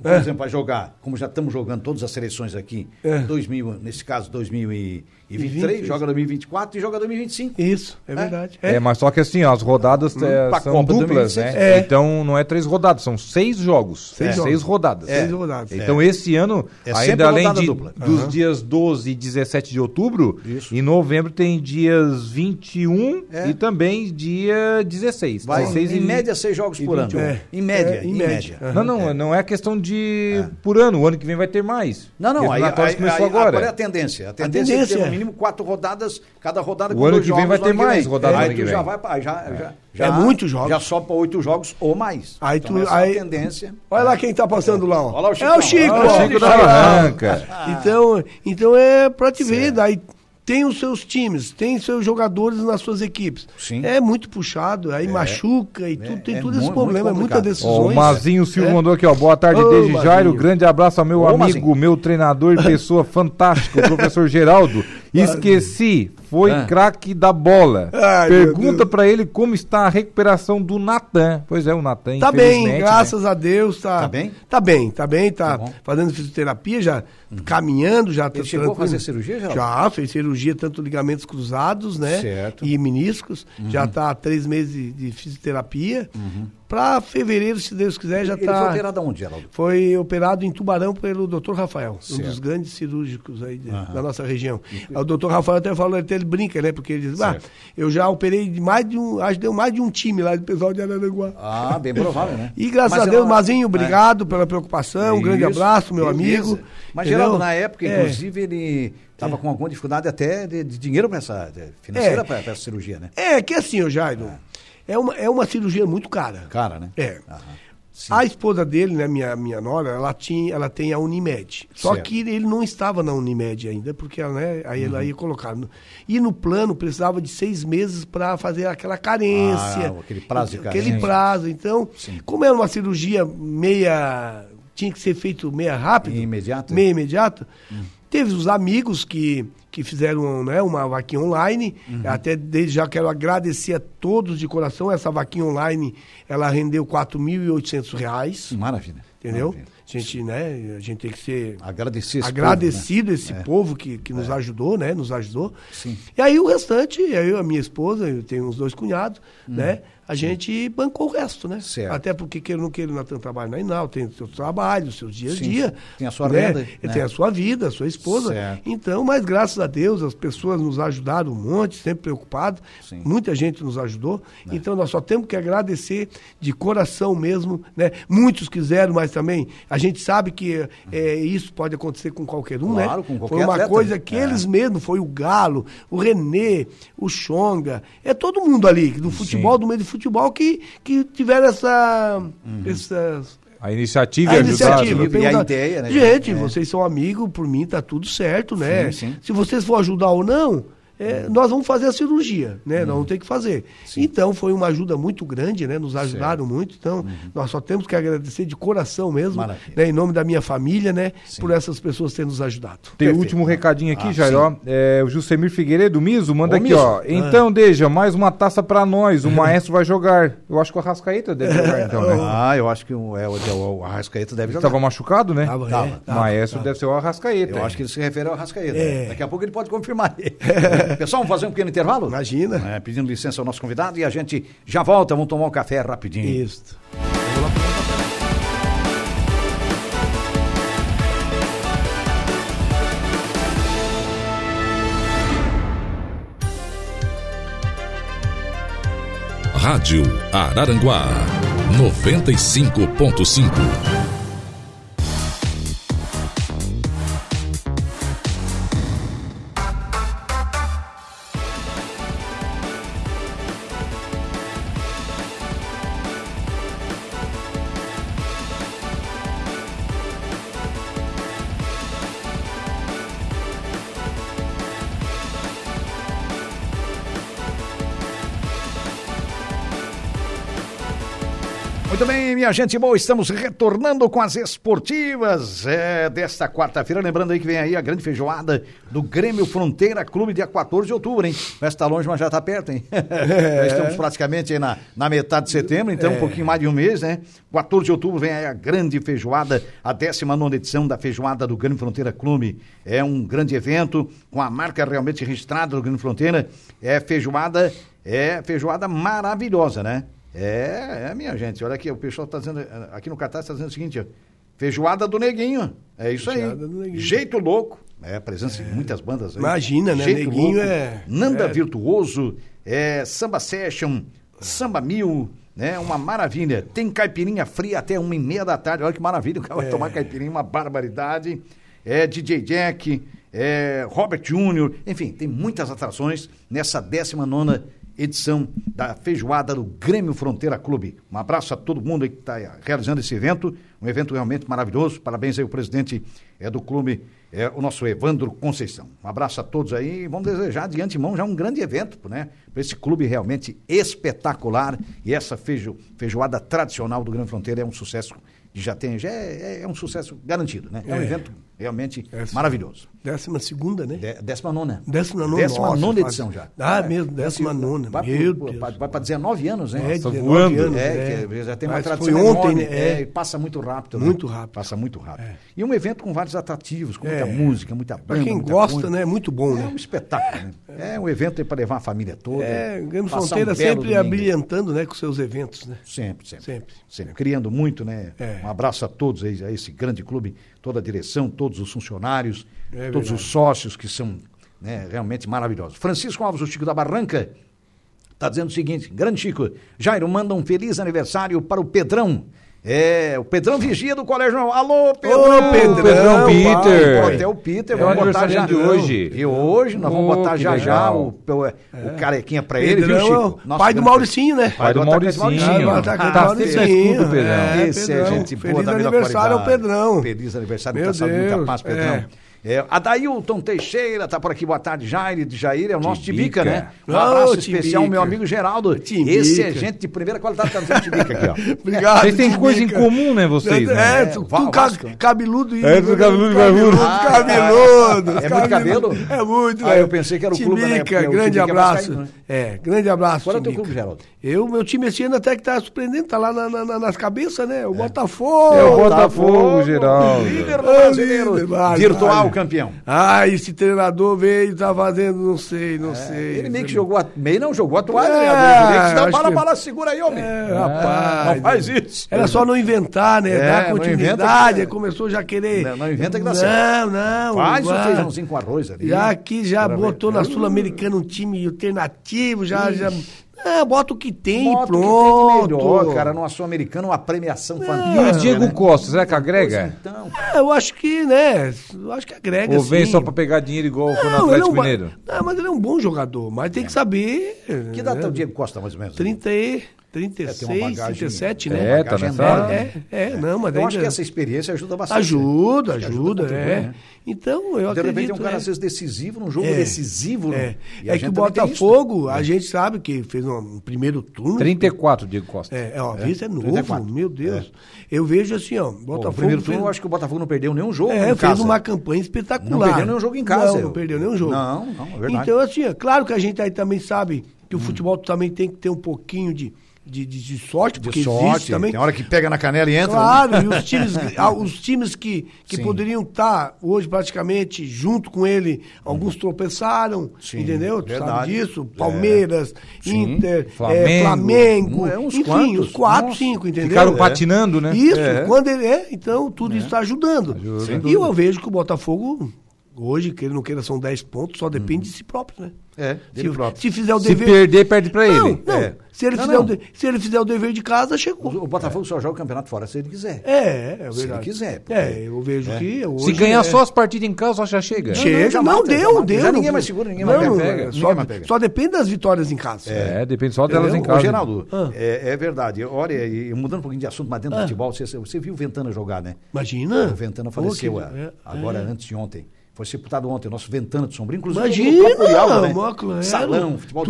Speaker 2: por
Speaker 4: É.
Speaker 2: exemplo, vai jogar, como já estamos jogando todas as seleções aqui,
Speaker 4: É.
Speaker 2: 2000, nesse caso 2023,
Speaker 4: 23.
Speaker 2: joga 2024 e joga 2025.
Speaker 4: Isso, é verdade.
Speaker 3: É,
Speaker 4: É.
Speaker 3: mas só que assim, ó, as rodadas eh,
Speaker 2: Hum, pra
Speaker 3: são
Speaker 2: Copa
Speaker 3: duplas,
Speaker 2: 2026.
Speaker 3: né?
Speaker 4: É.
Speaker 3: Então não é três rodadas, são seis jogos. Seis,
Speaker 4: jogos.
Speaker 3: seis rodadas.
Speaker 4: Seis rodadas.
Speaker 3: Então esse ano,
Speaker 2: É sempre
Speaker 3: ainda além
Speaker 2: rodada
Speaker 3: de-
Speaker 2: dupla.
Speaker 3: dos dias 12 e 17 de outubro, em novembro tem dias 21
Speaker 2: É.
Speaker 3: e também dia 16.
Speaker 2: Vai,
Speaker 3: 16
Speaker 2: em
Speaker 3: e-
Speaker 2: média, seis jogos por ano.
Speaker 3: 21.
Speaker 4: É.
Speaker 2: Em média,
Speaker 4: É,
Speaker 2: em,
Speaker 4: em
Speaker 2: média.
Speaker 4: média.
Speaker 3: Não, não, não é questão de por ano, o ano que vem vai ter mais.
Speaker 2: Não, não,
Speaker 3: Porque
Speaker 2: aí,
Speaker 3: o Natal
Speaker 2: aí-
Speaker 3: começou
Speaker 2: aí-
Speaker 3: agora. Ah,
Speaker 2: é a tendência. A tendência,
Speaker 4: tendência,
Speaker 2: é ter
Speaker 4: é.
Speaker 2: no mínimo quatro rodadas, cada rodada
Speaker 3: O ano
Speaker 2: dois
Speaker 3: que vem
Speaker 2: jogos,
Speaker 3: vai
Speaker 2: o
Speaker 3: ter
Speaker 2: ano que
Speaker 3: mais
Speaker 2: vem.
Speaker 3: rodada
Speaker 2: Aí
Speaker 3: no ano
Speaker 2: tu
Speaker 3: que
Speaker 2: já
Speaker 3: vem.
Speaker 2: vai pra, já, já, já,
Speaker 4: É muitos jogos.
Speaker 2: Já sobe para oito jogos ou mais.
Speaker 4: Aí
Speaker 2: então,
Speaker 4: tu-
Speaker 2: essa
Speaker 4: aí-
Speaker 2: é a tendência.
Speaker 4: Olha lá quem tá passando lá, ó.
Speaker 2: Olha lá o
Speaker 4: é o
Speaker 2: Chicão.
Speaker 4: Chico.
Speaker 3: Ah, o Chico da
Speaker 4: Olha lá.
Speaker 3: Barranca.
Speaker 2: Ah.
Speaker 4: Então, então é pra te ver, daí tem os seus times, tem seus jogadores nas suas equipes.
Speaker 2: Sim.
Speaker 4: É muito puxado, aí machuca e tudo, tem
Speaker 2: é mu-
Speaker 4: todo esse
Speaker 2: muito
Speaker 4: problema, é muitas
Speaker 2: complicado.
Speaker 3: Ó,
Speaker 4: decisões.
Speaker 3: o Mazinho Silva
Speaker 4: É.
Speaker 3: mandou aqui, ó. Boa tarde,
Speaker 4: Ô,
Speaker 3: desde Jairo.
Speaker 4: Mazinho.
Speaker 3: Grande abraço ao meu
Speaker 2: Ô,
Speaker 3: amigo,
Speaker 2: Mazinho.
Speaker 3: meu treinador e pessoa fantástica, o professor Geraldo.
Speaker 4: Ah,
Speaker 3: Esqueci, foi
Speaker 2: Ah.
Speaker 3: craque da bola.
Speaker 4: Ai, meu
Speaker 3: Pergunta
Speaker 4: Deus.
Speaker 3: pra ele como está a recuperação do Natan. Pois é, o Natan,
Speaker 4: Tá bem,
Speaker 3: infelizmente, né?
Speaker 4: graças a Deus. Tá,
Speaker 2: Tá bem?
Speaker 4: Tá bem, tá bem, tá,
Speaker 2: bom. Uhum.
Speaker 4: fazendo fisioterapia, já caminhando, já tá
Speaker 2: chegou a
Speaker 4: tranquilo.
Speaker 2: fazer cirurgia, Geraldo?
Speaker 4: Já, fez cirurgia, tanto ligamentos cruzados, né?
Speaker 2: Certo. Uhum.
Speaker 4: E meniscos. Já tá há três meses de, de fisioterapia. Para fevereiro, se Deus quiser, já tá
Speaker 2: Ele foi
Speaker 4: está.
Speaker 2: operado aonde, Geraldo?
Speaker 4: Foi operado em Tubarão pelo Dr. Rafael, um dos
Speaker 2: Certo.
Speaker 4: grandes cirúrgicos aí de- da nossa região. O Dr. Rafael até falou, até ele brinca, né? Porque ele diz, ah,
Speaker 2: Certo.
Speaker 4: eu já operei de mais de um, acho que deu mais de um time lá do pessoal de Araranguá.
Speaker 2: Ah, bem provável, né?
Speaker 4: E graças
Speaker 2: Mas
Speaker 4: a
Speaker 2: ela-
Speaker 4: Deus, Mazinho,
Speaker 2: É.
Speaker 4: obrigado pela preocupação, um grande
Speaker 2: Isso,
Speaker 4: abraço, meu
Speaker 2: beleza.
Speaker 4: amigo.
Speaker 2: Mas,
Speaker 4: entendeu?
Speaker 2: Geraldo, na época,
Speaker 4: É.
Speaker 2: inclusive, ele estava com alguma dificuldade até de, de dinheiro para essa. de- financeira
Speaker 4: É.
Speaker 2: para essa cirurgia, né?
Speaker 4: É, que assim, ô Jairo, é uma, é uma cirurgia muito cara.
Speaker 2: Cara, né?
Speaker 4: É.
Speaker 2: Aham. Sim.
Speaker 4: A esposa dele, né, minha, minha nora, ela, tinha, ela tem a Unimed. Só
Speaker 2: Certo. Uhum.
Speaker 4: que ele não estava na Unimed ainda, porque ela, né, aí ela ia colocar. no- E no plano precisava de seis meses para fazer aquela carência.
Speaker 2: Ah, aquele prazo de
Speaker 4: Aquele
Speaker 2: carência.
Speaker 4: prazo. Então,
Speaker 2: Sim.
Speaker 4: como era uma cirurgia meia. tinha que ser feito meia rápido.
Speaker 2: Meia imediata?
Speaker 4: Meia imediata. Teve os amigos que, que fizeram né, uma vaquinha online.
Speaker 2: Uhum.
Speaker 4: Até desde já quero agradecer a todos de coração. Essa vaquinha online, ela rendeu R$ 4.800, reais,
Speaker 2: Maravilha.
Speaker 4: entendeu?
Speaker 2: Maravilha.
Speaker 4: A gente, né, a gente tem que ser
Speaker 2: Agradecer esse
Speaker 4: agradecido
Speaker 2: povo, né?
Speaker 4: esse
Speaker 2: É.
Speaker 4: povo que, que nos ajudou, né? Nos ajudou.
Speaker 2: Sim.
Speaker 4: E aí o restante, eu, a minha esposa, eu tenho uns dois cunhados, né? A gente bancou o resto, né?
Speaker 2: Hum. Certo.
Speaker 4: Até porque queira ou não queira, Natan trabalha na Inal, tem o seu trabalho, os seus dias a
Speaker 2: Sim,
Speaker 4: dia.
Speaker 2: tem a sua
Speaker 4: né?
Speaker 2: renda,
Speaker 4: E
Speaker 2: né?
Speaker 4: Tem a sua vida, a sua esposa.
Speaker 2: Certo.
Speaker 4: Então, mas graças a Deus, as pessoas nos ajudaram um monte, sempre preocupado.
Speaker 2: Sim. É.
Speaker 4: Muita gente nos ajudou. Então, nós só temos que agradecer de coração mesmo, né? Muitos quiseram, mas também a gente sabe que é, isso pode acontecer com qualquer um,
Speaker 2: Claro,
Speaker 4: né?
Speaker 2: com qualquer
Speaker 4: Foi uma
Speaker 2: atleta.
Speaker 4: coisa que
Speaker 2: É.
Speaker 4: eles mesmo, foi o Galo, o Renê, o Xonga, é todo mundo ali do futebol, do meio de futebol que, que tiveram essa...
Speaker 2: Uhum.
Speaker 4: essas-
Speaker 3: A iniciativa
Speaker 4: a
Speaker 3: é ajudada.
Speaker 4: iniciativa.
Speaker 2: né? E a
Speaker 4: perguntar,
Speaker 2: ideia, né,
Speaker 4: Gente,
Speaker 2: é.
Speaker 4: vocês são amigos, por mim tá tudo certo,
Speaker 2: Sim,
Speaker 4: né?
Speaker 2: sim.
Speaker 4: Se vocês vão ajudar ou não, é, nós vamos fazer a cirurgia, né?
Speaker 2: Uhum.
Speaker 4: Nós vamos ter que fazer. Então, foi uma ajuda muito grande, né? Nos ajudaram muito. Então, nós só temos que agradecer de coração mesmo,
Speaker 2: Uhum. Maravilha.
Speaker 4: né? em nome da minha família, né? Por essas pessoas terem nos ajudado.
Speaker 3: Tem um- o
Speaker 2: Perfeito.
Speaker 3: último recadinho aqui,
Speaker 2: Ah,
Speaker 3: Jair, ó. É, o Jusemir Figueiredo, Miso, manda
Speaker 2: Ô,
Speaker 3: aqui,
Speaker 2: Miso.
Speaker 3: ó. Então, Deja, mais uma taça pra nós. O maestro vai jogar. Eu acho que o Arrascaeta deve jogar, então, né?
Speaker 2: Ah, eu acho que o, é, o, o Arrascaeta deve
Speaker 3: Ele
Speaker 2: jogar.
Speaker 3: tava machucado, né?
Speaker 4: Tava, é,
Speaker 2: Tava.
Speaker 3: O
Speaker 4: tava,
Speaker 3: maestro
Speaker 4: tava.
Speaker 3: deve ser o Arrascaeta.
Speaker 2: Eu acho que ele se refere ao Arrascaeta.
Speaker 4: É.
Speaker 2: Daqui a pouco ele pode confirmar. Pessoal, vamos fazer um pequeno intervalo?
Speaker 4: Imagina.
Speaker 2: É, pedindo licença ao nosso convidado e a gente já volta. Vamos tomar um café rapidinho.
Speaker 4: Isso.
Speaker 5: Rádio Araranguá 95.5.
Speaker 2: Muito bem, minha gente boa, estamos retornando com as esportivas é, desta quarta-feira. Lembrando aí que vem aí a grande feijoada do Grêmio Fronteira Clube, dia 14 de outubro, hein? Parece que tá longe, mas já tá perto, hein? Já estamos praticamente aí na, na metade de setembro, então um pouquinho mais de um mês, né? 14 de outubro vem aí a grande feijoada, a 19 edição da feijoada do Grêmio Fronteira Clube. É um grande evento com a marca realmente registrada do Grêmio Fronteira. É feijoada, é feijoada maravilhosa, né? É, é, minha gente. Olha aqui, o pessoal está dizendo, eh, aqui no Catar está dizendo o seguinte, ó, feijoada do Neguinho. É isso aí.
Speaker 4: Feijoada do Neguinho.
Speaker 2: Jeito louco. É, a presença de muitas bandas aí.
Speaker 4: Imagina, né?
Speaker 2: Jeito
Speaker 4: Neguinho
Speaker 2: Louco,
Speaker 4: é-
Speaker 2: Nanda
Speaker 4: é.
Speaker 2: Virtuoso, é, Samba Session, Samba Mil, né? Uma maravilha. Tem caipirinha fria até uma e meia da tarde. Olha que maravilha, o cara
Speaker 4: É.
Speaker 2: vai tomar caipirinha, uma barbaridade. É DJ Jack, é Robert Júnior, enfim, tem muitas atrações nessa 19 edição da feijoada do Grêmio Fronteira Clube. Um abraço a todo mundo aí que está realizando esse evento, um evento realmente maravilhoso. Parabéns aí ao presidente é, do clube, é, o nosso Evandro Conceição. Um abraço a todos aí. e Vamos desejar de antemão já um grande evento, né? Para esse clube realmente espetacular. E essa feijo- feijoada tradicional do Grande Fronteira é um sucesso que já tem, já é, é- é um sucesso garantido, né? É um
Speaker 4: É.
Speaker 2: evento Realmente
Speaker 4: Décima-
Speaker 2: maravilhoso.
Speaker 4: Décima segunda, né?
Speaker 2: Dé- décima nona.
Speaker 4: Décima nona.
Speaker 2: Décima
Speaker 4: nossa,
Speaker 2: nona
Speaker 4: faz-
Speaker 2: edição já. É.
Speaker 4: Ah, mesmo, décima nona.
Speaker 2: Vai
Speaker 4: Meu
Speaker 2: pro-
Speaker 4: Deus.
Speaker 2: vai- vai para 19 anos, né?
Speaker 4: É,
Speaker 3: Tá
Speaker 4: 19
Speaker 3: voando.
Speaker 4: anos, né?
Speaker 2: É, que já tem uma
Speaker 4: Mas
Speaker 2: tradição
Speaker 4: foi ontem,
Speaker 2: enorme,
Speaker 4: né?
Speaker 2: é,
Speaker 4: É.
Speaker 2: e passa muito rápido. né?
Speaker 4: Muito rápido.
Speaker 2: Passa muito rápido. E um evento com vários atrativos, com muita
Speaker 4: É.
Speaker 2: música, muita banda.
Speaker 4: Pra quem
Speaker 2: muita
Speaker 4: gosta,
Speaker 2: coisa.
Speaker 4: né? É muito bom,
Speaker 2: É um
Speaker 4: né?
Speaker 2: espetáculo, né? É, um evento aí pra levar a família toda.
Speaker 4: É, Grande
Speaker 2: passar um
Speaker 4: Fronteira
Speaker 2: belo
Speaker 4: sempre
Speaker 2: domingo.
Speaker 4: abrilhantando, né? Com seus eventos, né?
Speaker 2: Sempre, sempre. Sempre.
Speaker 4: Sempre.
Speaker 2: Criando muito, né?
Speaker 4: É.
Speaker 2: Um abraço a todos aí, a esse grande clube, toda a direção, todos os funcionários,
Speaker 4: É
Speaker 2: todos
Speaker 4: verdade.
Speaker 2: os sócios que são né, realmente maravilhosos. Francisco Alves, o Chico da Barranca, está dizendo o seguinte: grande Chico, Jairo, manda um feliz aniversário para o Pedrão. É, o Pedrão Vigia do Colégio Novo. Alô, Pedrão!
Speaker 4: Ô, Pedrão,
Speaker 3: Pedrão
Speaker 4: pai,
Speaker 3: Peter.
Speaker 2: Pô, até o Peter,
Speaker 3: É
Speaker 2: vamos
Speaker 3: o
Speaker 2: botar já.
Speaker 3: aniversariante de hoje.
Speaker 2: E hoje nós vamos
Speaker 3: Ô,
Speaker 2: botar
Speaker 3: que
Speaker 2: já já
Speaker 3: legal.
Speaker 2: o, o, é, o carequinha pra ele, viu,
Speaker 4: É. Pedrão é o
Speaker 2: Chico? Nosso
Speaker 4: pai do
Speaker 2: grande-
Speaker 4: Mauricinho, né?
Speaker 3: Pai do
Speaker 2: atacante
Speaker 3: Mauricinho.
Speaker 2: Mauricinho. Ah,
Speaker 3: Tá sempre na escuta, Pedrão.
Speaker 4: É,
Speaker 2: Esse é
Speaker 4: Pedrão.
Speaker 2: gente boa
Speaker 4: Feliz
Speaker 2: da melhor
Speaker 4: aniversário ao
Speaker 2: qualidade.
Speaker 4: Pedrão.
Speaker 2: Feliz aniversário,
Speaker 4: Meu
Speaker 2: muita saúde, muita
Speaker 4: Deus,
Speaker 2: paz, Pedrão. É, Adailton Teixeira tá por aqui, boa tarde, Jair. De Jair é o nosso Tibica,
Speaker 3: Tibica.
Speaker 2: né? Um
Speaker 4: Ô,
Speaker 2: abraço
Speaker 4: Tibica.
Speaker 2: especial, meu amigo Geraldo.
Speaker 4: Tibica.
Speaker 2: Esse é gente de primeira qualidade, tá dizendo Tibica aqui, ó.
Speaker 4: Obrigado.
Speaker 3: Vocês têm
Speaker 4: Tibica.
Speaker 3: coisa em comum, né, vocês? né?
Speaker 2: né?
Speaker 4: É, tu,
Speaker 2: Va-
Speaker 4: tu ca-
Speaker 2: Vasco.
Speaker 4: cabeludo e.
Speaker 3: É, tu cabeludo e barbudo.
Speaker 2: Ah,
Speaker 4: Cabeludo.
Speaker 2: é. É muito cabelo?
Speaker 4: É muito,
Speaker 2: Ah,
Speaker 4: né?
Speaker 2: eu pensei que era o clube, né? Porque
Speaker 4: Tibica,
Speaker 2: o
Speaker 4: grande
Speaker 2: Tibica é
Speaker 4: abraço.
Speaker 2: vascaíno, né?
Speaker 4: É, grande abraço.
Speaker 2: Qual é o teu
Speaker 4: Tibica.
Speaker 2: clube, Geraldo?
Speaker 4: Eu, meu time esse ano até que tá surpreendendo, tá lá na- na- na- nas cabeças, né? O Botafogo.
Speaker 3: É o Botafogo, Geraldo.
Speaker 2: Líder É do
Speaker 4: Ô,
Speaker 2: brasileiro,
Speaker 4: líder, vai,
Speaker 2: virtual
Speaker 4: vai.
Speaker 2: campeão.
Speaker 4: Ah, esse treinador veio, tá fazendo, não sei, não sei.
Speaker 2: É, Ele meio que jogou, a... meio não jogou a toalha,
Speaker 4: É,
Speaker 2: né? Ele disse, dá
Speaker 4: acho
Speaker 2: bala,
Speaker 4: que-
Speaker 2: bala, segura aí, homem.
Speaker 4: É, rapaz.
Speaker 2: não faz isso.
Speaker 4: Era só não inventar, né?
Speaker 2: É,
Speaker 4: Dar
Speaker 2: não inventa
Speaker 4: continuidade.
Speaker 2: que-
Speaker 4: aí Começou já a querer.
Speaker 2: Não, não inventa que dá
Speaker 4: não,
Speaker 2: certo.
Speaker 4: Não,
Speaker 2: Faz o
Speaker 4: vai.
Speaker 2: feijãozinho com arroz ali.
Speaker 4: Já aqui já
Speaker 2: Maravilha.
Speaker 4: botou na Sul-Americana um time alternativo, já. já... Ah, bota o que tem
Speaker 2: Bota o que
Speaker 4: e
Speaker 2: tem de
Speaker 4: pronto.
Speaker 2: melhor, cara, numa Sul-Americana, uma premiação
Speaker 3: E
Speaker 2: fantástica.
Speaker 3: o Diego
Speaker 2: né?
Speaker 3: Costa, será que
Speaker 2: Pois
Speaker 3: agrega?
Speaker 2: Então,
Speaker 4: É, eu acho que, né? Eu acho que agrega.
Speaker 3: Ou vem
Speaker 4: sim.
Speaker 3: só pra pegar dinheiro igual foi no
Speaker 4: Não, ele é
Speaker 3: Atlético
Speaker 4: um ba-
Speaker 3: Mineiro?
Speaker 4: não, mas ele é um bom jogador, mas tem que saber.
Speaker 2: É. que data
Speaker 4: né?
Speaker 2: o Diego Costa, mais ou menos?
Speaker 4: 30 e.
Speaker 2: É, tem uma
Speaker 4: 36,
Speaker 2: bagagem-
Speaker 4: 37,
Speaker 2: tem uma
Speaker 4: né?
Speaker 3: É, tá
Speaker 2: bagagem
Speaker 3: nessa
Speaker 2: enorme.
Speaker 3: hora.
Speaker 4: É, é, não, mas
Speaker 2: Eu
Speaker 4: ainda-
Speaker 2: acho que essa experiência ajuda bastante.
Speaker 4: Ajuda,
Speaker 2: Acho que
Speaker 4: ajuda,
Speaker 2: contribui,
Speaker 4: é.
Speaker 2: né?
Speaker 4: Então, eu
Speaker 2: De
Speaker 4: acredito.
Speaker 2: repente é um cara,
Speaker 4: né?
Speaker 2: às vezes, decisivo, num jogo
Speaker 4: É.
Speaker 2: decisivo. né?
Speaker 4: É,
Speaker 2: E a
Speaker 4: é
Speaker 2: gente
Speaker 4: que o
Speaker 2: também tem isso, né?
Speaker 4: Botafogo, a gente sabe que fez um, um primeiro turno.
Speaker 3: 34, Diego Costa.
Speaker 4: É, é, ó, isso é novo,
Speaker 2: 34.
Speaker 4: meu Deus. Eu vejo assim, ó,
Speaker 2: Pô,
Speaker 4: Botafogo
Speaker 2: no primeiro turno,
Speaker 4: fez-
Speaker 2: eu acho que o Botafogo não perdeu nenhum jogo.
Speaker 4: é,
Speaker 2: em
Speaker 4: fez
Speaker 2: casa.
Speaker 4: uma campanha espetacular.
Speaker 2: Não perdeu nenhum jogo em casa,
Speaker 4: Não,
Speaker 2: eu-
Speaker 4: não perdeu nenhum jogo.
Speaker 2: Não, não, é verdade. Hum.
Speaker 4: Então, assim, é claro que a gente aí também sabe que o futebol também tem que ter um pouquinho de, de, de, de sorte, porque
Speaker 2: de sorte.
Speaker 4: existe também.
Speaker 2: Tem hora que pega na canela e entra. né?
Speaker 4: Claro, e os times, ah, os times que, que
Speaker 2: Sim.
Speaker 4: poderiam estar hoje praticamente junto com ele, alguns tropeçaram,
Speaker 2: Uhum. Sim,
Speaker 4: entendeu? Tu
Speaker 2: verdade.
Speaker 4: sabe disso? Palmeiras, Inter, eh, Flamengo,
Speaker 3: Flamengo.
Speaker 2: É, uns
Speaker 4: enfim,
Speaker 2: quantos.
Speaker 4: os quatro,
Speaker 2: Nossa.
Speaker 4: cinco, entendeu?
Speaker 3: Ficaram
Speaker 4: É.
Speaker 3: patinando, né?
Speaker 4: Isso,
Speaker 3: É.
Speaker 4: quando ele é, então tudo isso está ajudando.
Speaker 3: Ajuda. Sem
Speaker 4: E eu vejo que o Botafogo, hoje, que ele não queira, são 10 pontos, só depende de si próprio, né?
Speaker 2: Uhum. É, dele
Speaker 4: se,
Speaker 2: próprio.
Speaker 4: se fizer o
Speaker 3: Se
Speaker 4: dever.
Speaker 3: perder, perde pra
Speaker 4: Não,
Speaker 3: ele.
Speaker 4: não.
Speaker 2: É.
Speaker 4: Se, ele
Speaker 2: Não,
Speaker 4: fizer o
Speaker 2: não.
Speaker 4: de- se ele fizer o dever de casa, chegou.
Speaker 2: O o Botafogo só joga o campeonato fora se ele quiser.
Speaker 4: É, é verdade.
Speaker 2: Se ele quiser, porque-
Speaker 4: É, eu vejo que hoje...
Speaker 3: Se ganhar
Speaker 4: é-
Speaker 3: só as partidas em casa, já chega.
Speaker 4: Chega,
Speaker 2: Não,
Speaker 4: não,
Speaker 2: não, jamais,
Speaker 4: deu,
Speaker 2: jamais.
Speaker 4: deu.
Speaker 2: Já ninguém
Speaker 4: não-
Speaker 2: mais segura, ninguém
Speaker 4: não,
Speaker 2: mais
Speaker 4: não,
Speaker 2: pega. Ninguém
Speaker 4: Só,
Speaker 2: mais pega.
Speaker 4: só depende das vitórias em casa.
Speaker 3: É, depende só delas em
Speaker 2: Entendeu?
Speaker 3: casa.
Speaker 2: Ô, Geraldo,
Speaker 4: Ah.
Speaker 2: é, é verdade. Olha, e mudando um pouquinho de assunto, mas dentro do futebol, você, você viu o Ventana jogar, né?
Speaker 4: Imagina.
Speaker 2: O Ventana faleceu
Speaker 4: ah, Pô, que-
Speaker 2: ah,
Speaker 4: é,
Speaker 2: agora, antes de ontem. Foi sepultado ontem, o nosso Ventana de Sombrio, inclusive.
Speaker 4: Imagina,
Speaker 2: o Curial, né?
Speaker 4: mó claro.
Speaker 2: Salão, futebol de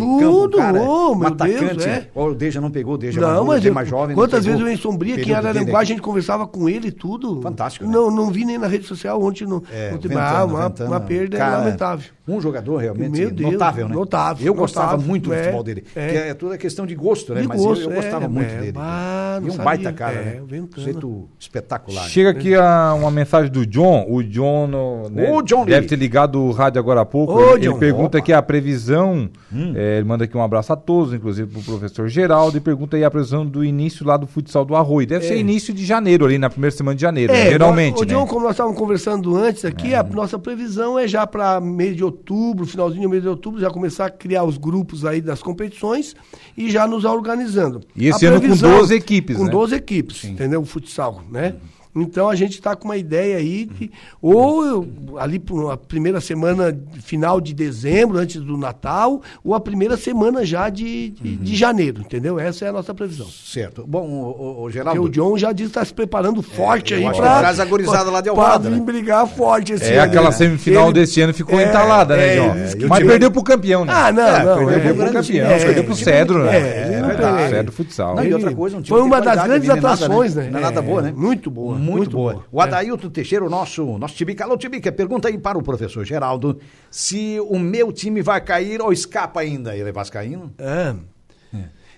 Speaker 2: campo, um
Speaker 4: Tudo,
Speaker 2: cara,
Speaker 4: ô,
Speaker 2: um
Speaker 4: meu
Speaker 2: atacante.
Speaker 4: Deus, é.
Speaker 2: Ó, O Deja não pegou, o Deja é
Speaker 4: Não,
Speaker 2: maduro,
Speaker 4: mas
Speaker 2: é
Speaker 4: eu,
Speaker 2: mais jovem. não
Speaker 4: quantas
Speaker 2: pegou
Speaker 4: vezes eu em Sombria, aqui em
Speaker 2: período dele
Speaker 4: Araranguá, a
Speaker 2: aqui.
Speaker 4: gente conversava com ele e tudo.
Speaker 2: Fantástico, né?
Speaker 4: Não, não vi nem na rede social ontem. Não,
Speaker 2: É,
Speaker 4: ontem,
Speaker 2: Ventana,
Speaker 4: ah, uma,
Speaker 2: Ventana,
Speaker 4: uma perda
Speaker 2: cara,
Speaker 4: lamentável.
Speaker 2: Um jogador realmente
Speaker 4: Meu Deus,
Speaker 2: notável, né?
Speaker 4: notável,
Speaker 2: Eu gostava
Speaker 4: notável,
Speaker 2: muito do
Speaker 4: é,
Speaker 2: futebol dele.
Speaker 4: é.
Speaker 2: que é toda questão de gosto, né?
Speaker 4: De
Speaker 2: Mas eu- eu,
Speaker 4: gosto,
Speaker 2: gostava
Speaker 4: é,
Speaker 2: muito
Speaker 4: é.
Speaker 2: dele.
Speaker 4: Ah,
Speaker 2: e
Speaker 4: não
Speaker 2: um baita
Speaker 4: sabia.
Speaker 2: cara,
Speaker 4: É,
Speaker 2: né?
Speaker 4: o Ventana.
Speaker 2: Jeito espetacular. né?
Speaker 3: Chega aqui a- uma mensagem do John. O John, no- né,
Speaker 2: Ô, John Lee.
Speaker 3: deve ter ligado o rádio agora há pouco.
Speaker 4: Ô,
Speaker 3: ele, ele
Speaker 4: John. Hum.
Speaker 2: Opa.
Speaker 3: pergunta aqui a previsão. É, ele manda aqui um abraço a todos, inclusive pro professor Geraldo. E pergunta aí a previsão do início lá do futsal do Arroio. Deve ser início de janeiro, ali na primeira semana de janeiro, né? geralmente.
Speaker 4: É. O, o John,
Speaker 3: né?
Speaker 4: como nós estávamos conversando antes aqui, a nossa previsão é já para mês de outubro, finalzinho do mês de outubro, já começar a criar os grupos aí das competições e já nos organizando.
Speaker 3: E esse
Speaker 4: A
Speaker 3: ano com
Speaker 4: previsão-
Speaker 3: 12 equipes,
Speaker 4: Com
Speaker 3: né? Uhum.
Speaker 4: 12 equipes, entendeu? O futsal, né? Então a gente está com uma ideia aí que ou eu- ali por a primeira semana final de dezembro, antes do Natal, ou a primeira semana já de, de, de
Speaker 3: Uhum.
Speaker 4: janeiro, entendeu? Essa é a nossa previsão.
Speaker 2: Certo. Bom, o, o- o
Speaker 4: Porque
Speaker 2: Geraldo.
Speaker 4: o John já disse que tá se preparando forte
Speaker 2: É, eu
Speaker 4: aí
Speaker 2: acho que
Speaker 4: pra.
Speaker 2: traz a gurizada lá de
Speaker 4: pra
Speaker 2: Alvorada,
Speaker 4: vir
Speaker 2: né?
Speaker 4: brigar forte esse
Speaker 3: É,
Speaker 4: ano,
Speaker 3: aquela
Speaker 4: né?
Speaker 3: semifinal
Speaker 4: Ele-
Speaker 3: desse ano ficou
Speaker 4: É,
Speaker 3: entalada, né,
Speaker 4: é,
Speaker 3: John?
Speaker 4: é,
Speaker 2: e o
Speaker 3: Mas
Speaker 2: time-
Speaker 3: perdeu pro campeão, né?
Speaker 4: Ah, não,
Speaker 2: É,
Speaker 4: não.
Speaker 2: perdeu
Speaker 4: é,
Speaker 3: Perdeu pro
Speaker 2: grande
Speaker 3: campeão,
Speaker 2: time,
Speaker 3: perdeu pro
Speaker 2: é,
Speaker 3: Cedro, né?
Speaker 4: é,
Speaker 3: Cedro futsal.
Speaker 2: Não, e
Speaker 4: ele-
Speaker 2: outra coisa, um time
Speaker 4: foi
Speaker 2: de
Speaker 4: uma das
Speaker 2: qualidade,
Speaker 4: grandes
Speaker 2: menina, nada,
Speaker 4: atrações,
Speaker 2: né?
Speaker 4: né?
Speaker 2: Não é nada boa, né?
Speaker 4: Muito boa.
Speaker 2: muito,
Speaker 4: Muito
Speaker 2: boa.
Speaker 4: boa, É.
Speaker 2: O Adailton Teixeira, o nosso, nosso Tibica. Alô, Tibica, pergunta aí para o professor Geraldo se o meu time vai cair ou escapa ainda. Ele é vascaíno?
Speaker 4: É.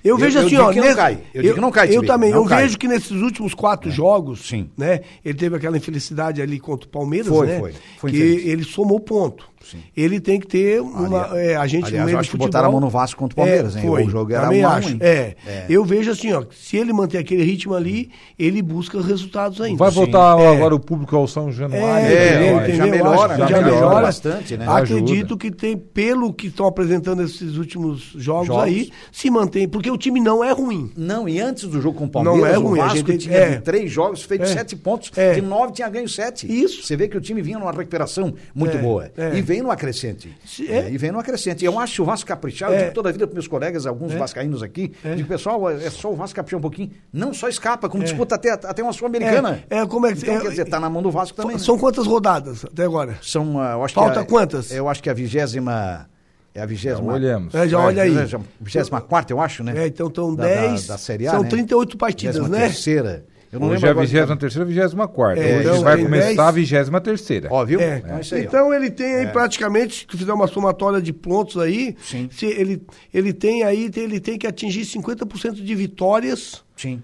Speaker 4: Eu
Speaker 2: Eu-
Speaker 4: vejo
Speaker 2: eu
Speaker 4: assim,
Speaker 2: digo
Speaker 4: ó.
Speaker 2: que não cai. Eu digo que não cai,
Speaker 4: Eu
Speaker 2: Tibi,
Speaker 4: também.
Speaker 2: não
Speaker 4: eu
Speaker 2: cai. É.
Speaker 4: vejo que nesses últimos quatro jogos,
Speaker 2: Sim.
Speaker 4: né? Ele teve aquela infelicidade ali contra o Palmeiras,
Speaker 2: Foi,
Speaker 4: né?
Speaker 2: foi. Foi
Speaker 4: que
Speaker 2: infeliz.
Speaker 4: ele somou ponto. Ele tem que ter uma.
Speaker 2: Aliás-
Speaker 4: é, a gente
Speaker 2: aliás,
Speaker 4: no meio
Speaker 2: eu
Speaker 4: do
Speaker 2: acho que
Speaker 4: futebol, É,
Speaker 2: botaram a mão no Vasco contra o Palmeiras, hein?
Speaker 4: Foi,
Speaker 2: O jogo era
Speaker 4: também
Speaker 2: um a um,
Speaker 4: acho.
Speaker 2: hein?
Speaker 4: É.
Speaker 2: É.
Speaker 4: Eu vejo assim, ó. Se ele manter aquele ritmo ali, ele busca resultados ainda.
Speaker 3: Vai
Speaker 4: Sim.
Speaker 3: voltar
Speaker 4: É.
Speaker 3: agora o público ao São Januário. né?
Speaker 2: é,
Speaker 3: entendeu?
Speaker 2: já
Speaker 4: entendeu?
Speaker 2: melhora,
Speaker 4: Eu acho que
Speaker 2: já
Speaker 4: já
Speaker 2: melhora
Speaker 4: melhora
Speaker 2: bastante, né?
Speaker 4: Acredito
Speaker 3: Ajuda.
Speaker 4: que tem, pelo que estão apresentando esses últimos jogos,
Speaker 2: Jogos.
Speaker 4: aí, se mantém, porque o time não é ruim.
Speaker 2: Não, e antes do jogo com o
Speaker 4: Não
Speaker 2: Palmeiras,
Speaker 4: é
Speaker 2: o
Speaker 4: ruim, a
Speaker 2: Vasco
Speaker 4: gente-
Speaker 2: tinha
Speaker 4: é.
Speaker 2: em três jogos feito
Speaker 4: É.
Speaker 2: sete pontos,
Speaker 4: É.
Speaker 2: de nove tinha ganho sete.
Speaker 4: Isso.
Speaker 2: Você vê que o time vinha numa recuperação muito
Speaker 4: É,
Speaker 2: boa.
Speaker 4: é.
Speaker 2: E vem numa crescente.
Speaker 4: Se- é.
Speaker 2: e vem numa crescente. Eu acho o Vasco caprichar, eu
Speaker 4: É.
Speaker 2: digo toda a vida para meus colegas, alguns vascaínos aqui, digo, pessoal, é só o Vasco caprichar um pouquinho, não só escapa, como disputa até, até uma Sul-Americana.
Speaker 4: É, é, como é que-
Speaker 2: Então,
Speaker 4: é,
Speaker 2: quer dizer, tá na mão do Vasco também. né?
Speaker 4: São quantas rodadas até agora?
Speaker 2: São, ah, eu acho
Speaker 4: Falta
Speaker 2: que a-
Speaker 4: quantas?
Speaker 2: Eu acho que a vigésima... É a vigésima...
Speaker 3: Olhamos.
Speaker 4: É, já olha aí.
Speaker 2: Vigésima quarta, eu acho, né?
Speaker 4: É, então estão
Speaker 2: Da- da-
Speaker 4: 10.
Speaker 2: Da, Série A,
Speaker 4: são
Speaker 2: né?
Speaker 4: 38 partidas, né?
Speaker 2: terceira. Eu não
Speaker 3: Hoje
Speaker 2: lembro
Speaker 3: é a
Speaker 2: agora. tá?
Speaker 3: 23 e 24.
Speaker 4: É,
Speaker 3: Hoje
Speaker 2: então
Speaker 3: vai
Speaker 2: tem
Speaker 3: começar a
Speaker 4: dez.
Speaker 3: 23.
Speaker 2: Ó, viu?
Speaker 4: É.
Speaker 2: Então é isso aí, ó. É.
Speaker 4: Então ele tem aí praticamente, se fizer uma somatória de pontos aí,
Speaker 2: Sim.
Speaker 4: se ele, ele tem aí, tem- ele tem que atingir 50% de vitórias
Speaker 2: Sim.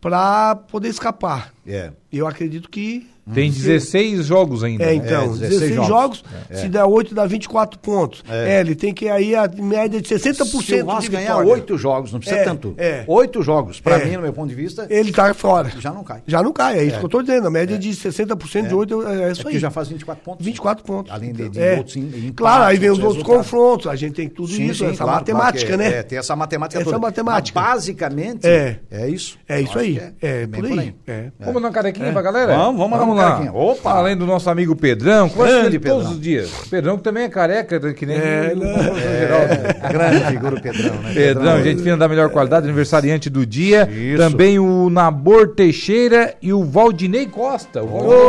Speaker 4: para poder escapar.
Speaker 2: É.
Speaker 4: Eu acredito que.
Speaker 3: Tem 16 jogos ainda.
Speaker 4: É,
Speaker 3: né?
Speaker 4: então,
Speaker 2: Hum. É, 16
Speaker 4: 16, jogos, se der 8, dá 24 pontos. É, ele tem que ir aí a média é de
Speaker 2: Se
Speaker 4: 60%
Speaker 2: o
Speaker 4: de
Speaker 2: Vasco
Speaker 4: vitória.
Speaker 2: ganhar oito jogos, não precisa
Speaker 4: É,
Speaker 2: tanto.
Speaker 4: é.
Speaker 2: Oito jogos, pra
Speaker 4: É.
Speaker 2: mim, no meu ponto de vista,
Speaker 4: Ele tá fora.
Speaker 2: já não cai.
Speaker 4: Já não cai, é isso que eu tô dizendo. A média de 60% de 8 é, é
Speaker 2: É
Speaker 4: isso
Speaker 2: porque
Speaker 4: aí.
Speaker 2: já faz 24 pontos.
Speaker 4: 24 pontos.
Speaker 2: Além de, de
Speaker 4: É.
Speaker 2: outros em- em
Speaker 4: Claro, aí
Speaker 2: empates,
Speaker 4: vem os outros
Speaker 2: resultados.
Speaker 4: confrontos, a gente tem tudo
Speaker 2: Sim,
Speaker 4: isso,
Speaker 2: sim,
Speaker 4: essa
Speaker 2: claro,
Speaker 4: matemática,
Speaker 2: claro que é,
Speaker 4: né?
Speaker 2: É, tem essa matemática
Speaker 4: Essa
Speaker 2: toda.
Speaker 4: matemática.
Speaker 2: Mas, basicamente,
Speaker 4: É.
Speaker 2: isso.
Speaker 4: É
Speaker 2: Eu
Speaker 4: isso
Speaker 2: acho
Speaker 4: aí,
Speaker 2: que
Speaker 4: é,
Speaker 2: bem
Speaker 4: por aí, é.
Speaker 3: Vamos mandar uma carequinha pra galera?
Speaker 2: Vamos, vamos mandar uma carequinha. Opa!
Speaker 3: Além do nosso amigo Pedrão, que
Speaker 2: Grande
Speaker 3: vai ele todos
Speaker 2: Pedrão.
Speaker 3: os dias. Pedrão que também é careca, que nem
Speaker 4: É,
Speaker 3: o
Speaker 4: não.
Speaker 3: professor Geraldo.
Speaker 2: É, Grande figura o Pedrão, né?
Speaker 3: Pedrão, gente fina da melhor qualidade, aniversariante do dia.
Speaker 2: Isso.
Speaker 3: Também o Nabor Teixeira e o Valdinei Costa. O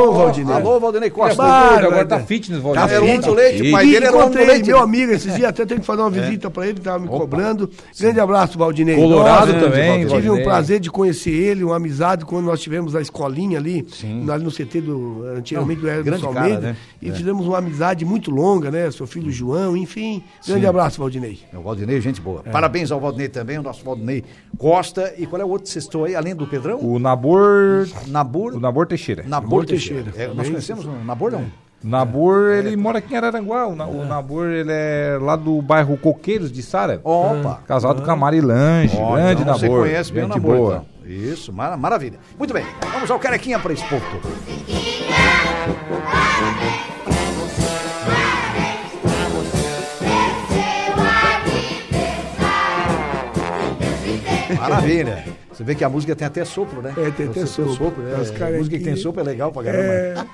Speaker 4: Ô, Valdinei.
Speaker 2: Alô, Valdinei
Speaker 3: Costa.
Speaker 2: Costa.
Speaker 4: Bárbaro,
Speaker 3: agora tá
Speaker 4: né?
Speaker 3: fitness, Valdinei.
Speaker 2: Tá Era o
Speaker 4: fitness.
Speaker 2: Aldo Leite, o pai
Speaker 4: E
Speaker 2: dele era o Aldo
Speaker 4: encontrei
Speaker 2: Leite. É.
Speaker 4: meu amigo esses dias, até tenho que fazer uma visita pra ele, tava me cobrando. Grande abraço, Valdinei.
Speaker 3: Colorado
Speaker 4: Nossa,
Speaker 3: também,
Speaker 4: Tive
Speaker 3: Valdinei.
Speaker 4: um prazer de conhecer ele, uma amizade, quando nós tivemos a escolinha ali, na- ali no CT do, antigamente do Hermes
Speaker 2: grande cara,
Speaker 4: Almeida,
Speaker 2: né?
Speaker 4: e fizemos uma amizade muito longa, né? Seu filho João, enfim. Grande abraço, Valdinei.
Speaker 2: O Valdinei, gente boa. Parabéns ao Valdinei também, o nosso Valdinei Costa. E qual é o outro sexto aí, além do Pedrão?
Speaker 3: O Nabor.
Speaker 2: Nabor.
Speaker 3: O Nabor Teixeira.
Speaker 2: Nabor
Speaker 4: Teixeira.
Speaker 2: Teixeira. É, nós conhecemos o Nabor, não?
Speaker 3: Nabor,
Speaker 2: É.
Speaker 3: ele mora aqui em Araranguá. O, Na- o Nabor, ele é lá do bairro Coqueiros de Sara.
Speaker 2: Opa.
Speaker 3: Casado com a Marilange.
Speaker 2: Ó,
Speaker 3: grande
Speaker 2: então Você
Speaker 3: Nabor.
Speaker 2: conhece bem o
Speaker 3: gente
Speaker 2: Nabor,
Speaker 3: boa.
Speaker 2: então. Isso, mara- maravilha. Muito bem, vamos ao Carequinha para Esporto. Maravilha. Você vê que a música tem até sopro, né?
Speaker 4: É, tem até
Speaker 2: Você
Speaker 4: sopro.
Speaker 2: né? A
Speaker 4: As
Speaker 2: música que tem
Speaker 4: carequinhas.
Speaker 2: sopro é legal pra caramba.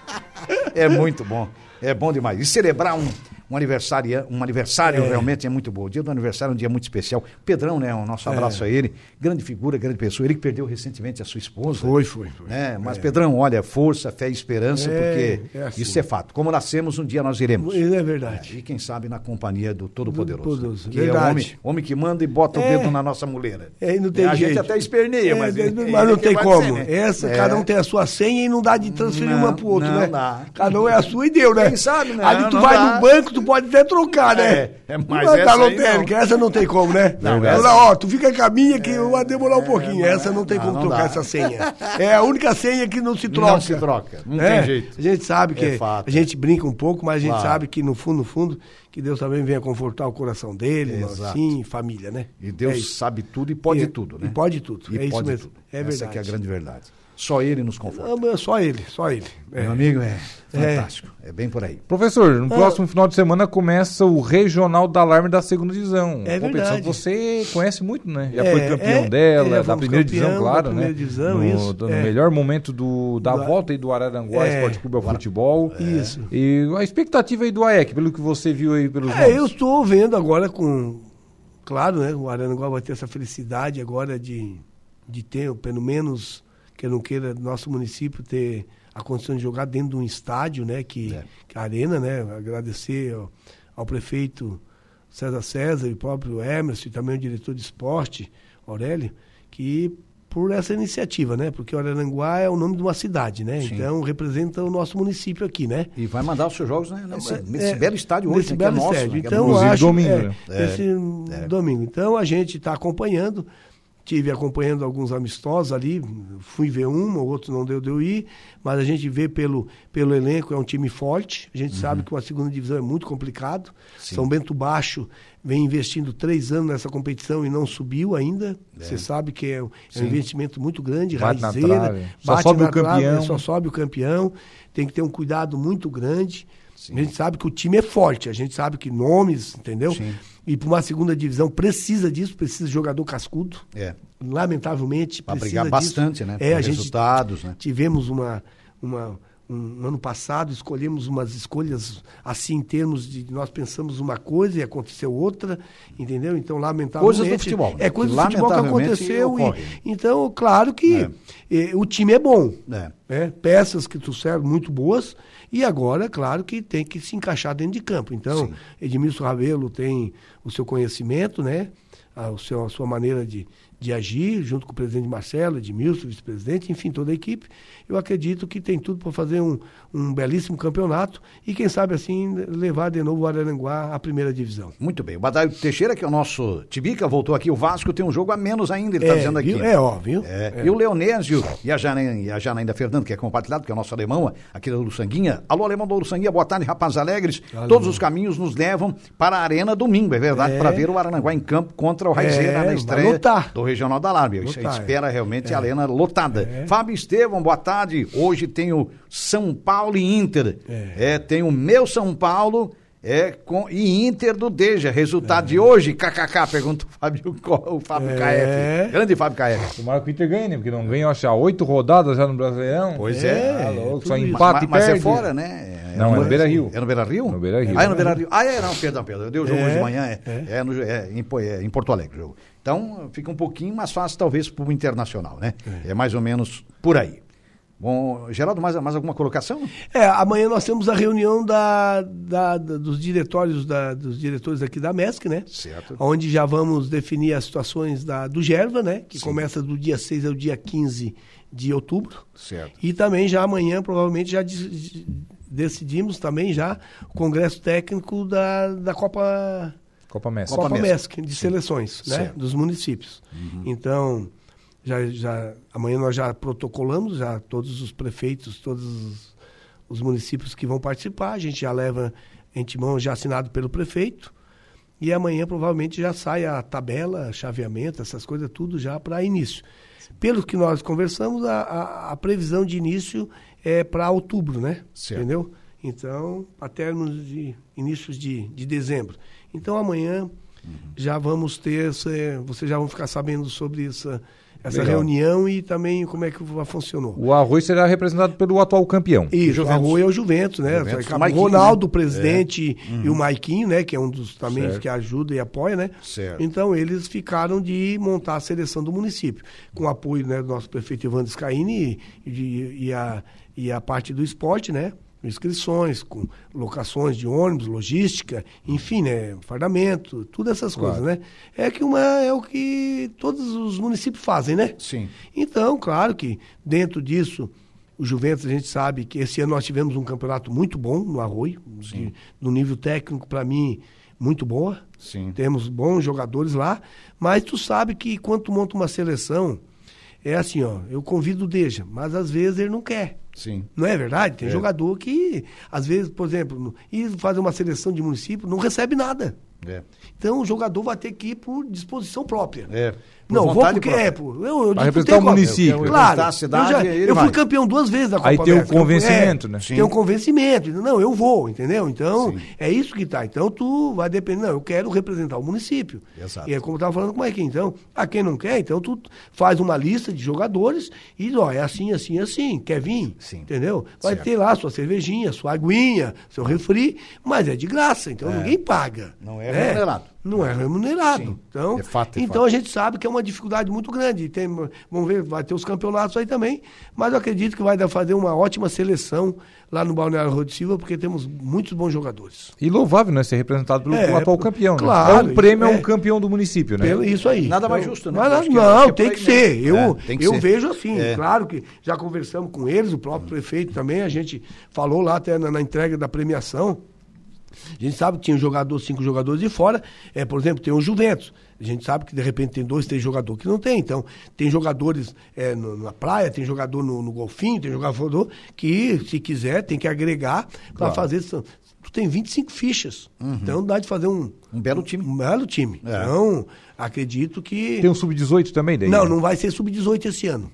Speaker 2: É muito bom. É bom demais. E celebrar um, um aniversário, um aniversário realmente é muito bom. O dia do aniversário é um dia muito especial. Pedrão, né? O
Speaker 4: É.
Speaker 2: nosso abraço a ele. Grande figura, grande pessoa. Ele que perdeu recentemente a sua esposa.
Speaker 4: Foi, foi, foi.
Speaker 2: Né? Mas, Pedrão, olha, força, fé e esperança,
Speaker 4: É,
Speaker 2: porque
Speaker 4: é assim.
Speaker 2: isso é fato. Como nascemos, um dia nós iremos.
Speaker 4: Isso é verdade.
Speaker 2: E quem sabe na companhia do Todo-Poderoso.
Speaker 4: Todo-Poderoso,
Speaker 2: que é o
Speaker 4: verdade.
Speaker 2: homem, homem que manda e bota o
Speaker 4: É.
Speaker 2: dedo na nossa muleira.
Speaker 4: É, e não tem
Speaker 2: a gente
Speaker 4: jeito.
Speaker 2: até esperneia,
Speaker 4: É,
Speaker 2: mas, ele-
Speaker 4: mas não
Speaker 2: ele que
Speaker 4: tem
Speaker 2: vai
Speaker 4: como.
Speaker 2: dizer, né?
Speaker 4: Essa,
Speaker 2: É.
Speaker 4: cada um tem a sua senha e não dá de transferir
Speaker 2: Não,
Speaker 4: uma pro outro,
Speaker 2: não
Speaker 4: né?
Speaker 2: dá.
Speaker 4: Cada um é a sua e deu, né?
Speaker 2: Quem sabe, né?
Speaker 4: Ali tu
Speaker 2: Não
Speaker 4: vai
Speaker 2: dá.
Speaker 4: no banco, tu pode até trocar, né?
Speaker 2: É, é, mas
Speaker 4: Uma
Speaker 2: essa
Speaker 4: da
Speaker 2: aí
Speaker 4: lotérica, essa não tem como, né?
Speaker 2: Não,
Speaker 4: Ela,
Speaker 2: essa- É,
Speaker 4: ó, tu fica com a minha que vai demorar um pouquinho.
Speaker 2: não,
Speaker 4: essa não tem
Speaker 2: não,
Speaker 4: como
Speaker 2: não
Speaker 4: trocar
Speaker 2: dá.
Speaker 4: essa senha. É a única senha que não se troca.
Speaker 2: Não se troca. Não
Speaker 4: É,
Speaker 2: tem jeito.
Speaker 4: A gente sabe que
Speaker 2: É fato,
Speaker 4: a gente brinca um pouco, mas a gente
Speaker 2: Claro.
Speaker 4: sabe que no fundo, no fundo, que Deus também venha confortar o coração dele, assim, família, né?
Speaker 2: E
Speaker 4: É
Speaker 2: Deus
Speaker 4: isso.
Speaker 2: sabe tudo e pode
Speaker 4: E-
Speaker 2: tudo,
Speaker 4: e
Speaker 2: né?
Speaker 4: pode tudo,
Speaker 2: E
Speaker 4: é isso
Speaker 2: pode
Speaker 4: mesmo,
Speaker 2: tudo.
Speaker 4: é
Speaker 2: Essa que é a
Speaker 4: verdade.
Speaker 2: grande verdade. Só ele nos conforta.
Speaker 4: Ah, mas Só ele, só ele. É.
Speaker 2: Meu amigo, é
Speaker 4: É.
Speaker 2: fantástico. É bem por aí.
Speaker 3: Professor,
Speaker 4: Ah.
Speaker 3: no próximo final de semana começa o Regional da Alarme da Segunda Divisão.
Speaker 4: É
Speaker 3: Competição
Speaker 4: verdade.
Speaker 3: que você conhece muito, né? Já
Speaker 4: É,
Speaker 3: foi campeão
Speaker 4: é,
Speaker 3: dela,
Speaker 4: é, já
Speaker 3: da
Speaker 4: fomos
Speaker 3: primeira
Speaker 4: campeão
Speaker 3: divisão,
Speaker 4: da
Speaker 3: claro, né?
Speaker 4: primeira divisão,
Speaker 3: no,
Speaker 4: isso,
Speaker 3: do-
Speaker 4: é.
Speaker 3: no melhor momento do, da
Speaker 4: Do-
Speaker 3: volta aí do Araranguá
Speaker 4: É.
Speaker 3: Esporte Clube ao futebol.
Speaker 4: Isso.
Speaker 3: E a expectativa aí do AEC, pelo que você viu aí pelos
Speaker 4: É,
Speaker 3: nomes.
Speaker 4: eu estou vendo agora com. Claro, né? O Aranaguá vai ter essa felicidade agora de, de ter, pelo menos, que eu não queira, nosso município ter a condição de jogar dentro de um estádio, né? Que,
Speaker 2: É.
Speaker 4: que a arena, né? Agradecer ao, ao prefeito César César e o próprio Emerson e também o diretor de esporte, Aurélio, que por essa iniciativa, né? Porque Araranguá é o nome de uma cidade, né? Então representa o nosso município aqui, né?
Speaker 2: E vai mandar os seus jogos né, nesse,
Speaker 4: É,
Speaker 2: nesse
Speaker 4: é,
Speaker 2: belo estádio hoje,
Speaker 4: nesse
Speaker 2: né, que é
Speaker 4: belo
Speaker 2: nosso,
Speaker 4: estádio.
Speaker 2: né, que é
Speaker 4: Então,
Speaker 2: bonito.
Speaker 3: Inclusive,
Speaker 4: acho,
Speaker 3: domingo,
Speaker 4: é,
Speaker 3: né?
Speaker 2: É,
Speaker 4: esse domingo. Então a gente está acompanhando, tive acompanhando alguns amistosos ali, fui ver um, o outro não deu de eu ir, mas a gente vê pelo, pelo elenco, é um time forte, a gente
Speaker 3: Uhum.
Speaker 4: sabe que uma segunda divisão é muito complicado, São Bento Baixo vem investindo três anos nessa competição e não subiu ainda, você sabe que é, um- é um investimento muito grande,
Speaker 3: Bate na
Speaker 4: raizeira,
Speaker 3: trave. Só sobe o campeão.
Speaker 4: é, só sobe o campeão, tem que ter um cuidado muito grande. A gente sabe que o time é forte, a gente sabe que nomes, entendeu? E para uma segunda divisão precisa disso, precisa de jogador cascudo.
Speaker 2: É.
Speaker 4: Lamentavelmente,
Speaker 2: Pra
Speaker 4: precisa
Speaker 2: brigar
Speaker 4: disso.
Speaker 2: bastante, né?
Speaker 4: É,
Speaker 2: Por
Speaker 4: a gente
Speaker 2: resultados, né?
Speaker 4: tivemos uma, uma um ano passado escolhemos umas escolhas assim em termos de nós pensamos uma coisa e aconteceu outra, entendeu? Então lamentavelmente
Speaker 2: Coisas do futebol, né?
Speaker 4: é coisa do futebol que
Speaker 2: Lamentavelmente,
Speaker 4: aconteceu
Speaker 2: ocorre.
Speaker 4: e, então claro que eh, o time é bom,
Speaker 2: É.
Speaker 4: né? peças que trouxeram muito boas e agora, claro, que tem que se encaixar dentro de campo. Então, Edmilson Ravelo tem o seu conhecimento, né? A, o seu, a sua maneira de, de agir, junto com o presidente Marcelo, Edmilson, vice-presidente, enfim, toda a equipe. Eu acredito que tem tudo para fazer um, um belíssimo campeonato e, quem sabe, assim, levar de novo o Araranguá à primeira divisão.
Speaker 2: Muito bem. O Badaio Teixeira, que é o nosso Tibica, voltou aqui. O Vasco tem um jogo a menos ainda, ele está
Speaker 4: é,
Speaker 2: dizendo aqui.
Speaker 4: viu? é, ó, viu?
Speaker 2: É, E o Leonésio e a, Janaína, e a Janaína Fernando, que é compartilhado, que é o nosso alemão, aqui da Sanguinha. Alô, alemão da Sanguinha, boa tarde, rapazes alegres. Todos os caminhos nos levam para a Arena domingo, é verdade, para ver o Aranaguá em campo contra o Raizeira
Speaker 4: É,
Speaker 2: na
Speaker 4: vai
Speaker 2: estreia
Speaker 4: lotar.
Speaker 2: do Regional da Alarme. Isso aí
Speaker 4: Lotar,
Speaker 2: espera realmente a Arena lotada. Fábio Estevão, boa tarde. Hoje tem o São Paulo e Inter. É, tem o meu São Paulo. É, com, e Inter do Deja, resultado de hoje, kkk, pergunta o Fábio, Co- o Fábio
Speaker 4: É.
Speaker 2: KF. Grande Fábio KF.
Speaker 3: Tomara que o Inter ganhe, né? Porque não ganhou, acho, há oito rodadas já no Brasileirão.
Speaker 2: Pois é.
Speaker 3: Tá louco, só
Speaker 4: tudo isso.
Speaker 3: empate
Speaker 2: mas,
Speaker 3: e
Speaker 2: mas
Speaker 3: perde.
Speaker 2: é fora, né?
Speaker 3: Não, é no Beira-Rio.
Speaker 2: É no Beira Rio?
Speaker 3: No Beira-Rio.
Speaker 2: Ah, é no Beira Rio. Ah, é, não, perdão, perdão. Eu dei o jogo
Speaker 4: É,
Speaker 2: hoje de manhã, é, é no- é em, Po- é em Porto Alegre o jogo. Então, fica um pouquinho mais fácil, talvez, pro internacional, né? É, mais ou menos por aí. Bom, Geraldo, mais, mais alguma colocação?
Speaker 4: É, amanhã nós temos a reunião da, da- da- dos diretórios da- dos diretores aqui da MESC, né?
Speaker 2: Certo.
Speaker 4: Onde já vamos definir as situações da, do Gerva, né? Que começa do dia 6 ao dia 15 de outubro.
Speaker 2: Certo.
Speaker 4: E também já amanhã, provavelmente, já de- decidimos também já o Congresso Técnico da, da Copa
Speaker 3: Copa Messi.
Speaker 2: Copa
Speaker 4: Copa
Speaker 2: Mesc.
Speaker 4: Mesc, é de seleções, né?
Speaker 2: Certo.
Speaker 4: Dos municípios. Então, já, já, amanhã nós já protocolamos, já todos os prefeitos, todos os, os municípios que vão participar, a gente já leva em timão já assinado pelo prefeito. E amanhã provavelmente já sai a tabela, chaveamento, essas coisas tudo já para início. Pelo que nós conversamos, a, a- a previsão de início é para outubro, né?
Speaker 2: Certo.
Speaker 4: Entendeu? Então, até nos de inícios de, de dezembro. Então amanhã já vamos ter, essa, é, vocês já vão ficar sabendo sobre essa, essa
Speaker 3: Legal.
Speaker 4: reunião e também como é que funcionou.
Speaker 3: O Arroz será representado pelo atual campeão.
Speaker 4: Isso, o Arroio é o Juventus, né?
Speaker 2: Juventus,
Speaker 4: Acabou
Speaker 2: o Maiquinho,
Speaker 4: o Ronaldo,
Speaker 2: né? Uhum.
Speaker 4: o presidente, e o Maiquinho, né? Que é um dos também
Speaker 3: Certo.
Speaker 4: que ajuda e apoia, né?
Speaker 2: Certo.
Speaker 4: Então eles ficaram de montar a seleção do município, com o apoio né, do nosso prefeito Ivan Scaini e, e- e a, e a parte do esporte, né? Inscrições, com locações de ônibus, logística, enfim, né? Fardamento, todas essas
Speaker 3: Claro.
Speaker 4: coisas, né? É que uma é o que todos os municípios fazem, né?
Speaker 2: Sim.
Speaker 4: Então, claro que dentro disso, o Juventus, a gente sabe que esse ano nós tivemos um campeonato muito bom no Arroio, de, no nível técnico, para mim, muito boa.
Speaker 2: Sim.
Speaker 4: Temos bons jogadores lá, mas tu sabe que quando tu monta uma seleção, é assim, ó, eu convido o Deja, mas às vezes ele não quer.
Speaker 2: Sim.
Speaker 4: Não é verdade? Tem jogador que, às vezes, por exemplo, no- ir fazer uma seleção de município, não recebe nada.
Speaker 2: É.
Speaker 4: Então o jogador vai ter que ir por disposição própria.
Speaker 2: É, por
Speaker 4: não, vou
Speaker 2: vontade
Speaker 4: porque
Speaker 2: própria.
Speaker 4: é, pô. Eu, eu
Speaker 3: Pra
Speaker 4: disputei
Speaker 3: representar o
Speaker 4: Copa.
Speaker 3: município. Quer
Speaker 4: Claro.
Speaker 2: representar a cidade,
Speaker 4: eu já-
Speaker 2: aí ele
Speaker 4: eu fui
Speaker 2: vai.
Speaker 4: campeão duas vezes na Copa
Speaker 3: Aí tem o
Speaker 4: América. Eu-
Speaker 3: convencimento,
Speaker 4: é,
Speaker 3: né?
Speaker 4: Tem um convencimento. Não, eu vou, entendeu? Então, é isso que tá. Então tu vai depender. Não, eu quero representar o município.
Speaker 2: Exato.
Speaker 4: E é como eu tava falando com o Maiquinho. Então, a quem não quer, então tu faz uma lista de jogadores e, ó, é assim, assim, assim. Quer vir?
Speaker 2: Sim.
Speaker 4: Entendeu? Vai
Speaker 2: Certo.
Speaker 4: ter lá sua cervejinha, sua aguinha, seu refri, mas é de graça, então ninguém paga.
Speaker 2: Não é remunerado.
Speaker 4: Não é remunerado. então,
Speaker 2: é fato, é
Speaker 4: então
Speaker 2: fato.
Speaker 4: a gente sabe que é uma dificuldade muito grande. Tem, vamos ver, vai ter os campeonatos aí também, mas eu acredito que vai dar- fazer uma ótima seleção lá no Balneário Rod Silva, porque temos muitos bons jogadores.
Speaker 3: E louvável, né? Ser representado pelo
Speaker 4: É,
Speaker 3: atual campeão, né?
Speaker 4: claro,
Speaker 3: É um prêmio a um
Speaker 4: é.
Speaker 3: campeão do município, né?
Speaker 4: Pelo isso aí.
Speaker 2: Nada mais justo, né?
Speaker 4: Mas,
Speaker 2: Acho que-
Speaker 4: não,
Speaker 2: acho que
Speaker 4: tem
Speaker 2: por
Speaker 4: que
Speaker 2: aí
Speaker 4: ser. Eu,
Speaker 2: mesmo. É, tem que
Speaker 4: eu
Speaker 2: ser.
Speaker 4: vejo assim,
Speaker 2: É.
Speaker 4: claro que já conversamos com eles, o próprio prefeito também, a gente falou lá até na, na entrega da premiação. A gente sabe que tinha um jogador, cinco jogadores de fora. É, por exemplo, tem o Juventus. A gente sabe que de repente tem dois, três jogadores que não tem. Então, tem jogadores é, no- na praia, tem jogador no, no golfinho, tem jogador que, se quiser, tem que agregar para fazer. isso. Tu tem 25 fichas. Então dá de fazer um,
Speaker 2: Uhum. Um belo time.
Speaker 4: um belo time. Então, acredito que.
Speaker 3: É. Tem um sub-18 também daí?
Speaker 4: Não,
Speaker 3: né?
Speaker 4: não vai ser sub-18 esse ano.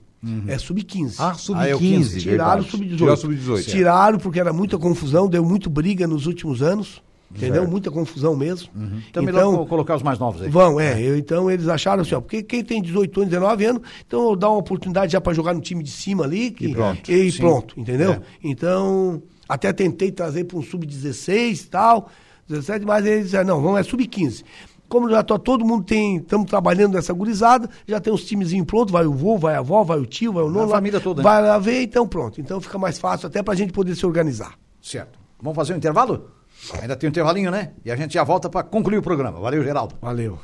Speaker 4: É sub-15.
Speaker 3: Ah,
Speaker 2: Ah, é o 15,
Speaker 3: sub-15.
Speaker 4: Tiraram o
Speaker 3: verdade. Tiraram o é.
Speaker 4: sub-18.
Speaker 3: sub-18.
Speaker 4: Tiraram porque era muita confusão, deu muito briga nos últimos anos. Entendeu? Muita confusão mesmo.
Speaker 3: Uhum.
Speaker 2: Então,
Speaker 3: um
Speaker 2: melhor co- colocar os mais novos aí.
Speaker 4: Vão, é. Eu, então eles acharam assim, ó, porque quem tem 18 anos, 19 anos, então eu dou uma oportunidade já para jogar no time de cima ali. Que,
Speaker 3: E pronto.
Speaker 4: E
Speaker 3: Sim.
Speaker 4: pronto, entendeu?
Speaker 2: É.
Speaker 4: Então, até tentei trazer para um sub-16 e tal, 17, mas eles disseram, não, vamos é sub-15. Como já tô, todo mundo tem, estamos trabalhando nessa gurizada, já tem uns timezinhos prontos, vai o vô, vai a avó, vai o tio, vai o nono. lá,
Speaker 2: família toda, né?
Speaker 4: Vai lá ver, então pronto. Então fica mais fácil até para a gente poder se organizar.
Speaker 2: Certo. Vamos fazer um intervalo? Ainda tem um intervalinho, né? E a gente já volta para concluir o programa. Valeu, Geraldo.
Speaker 4: Valeu.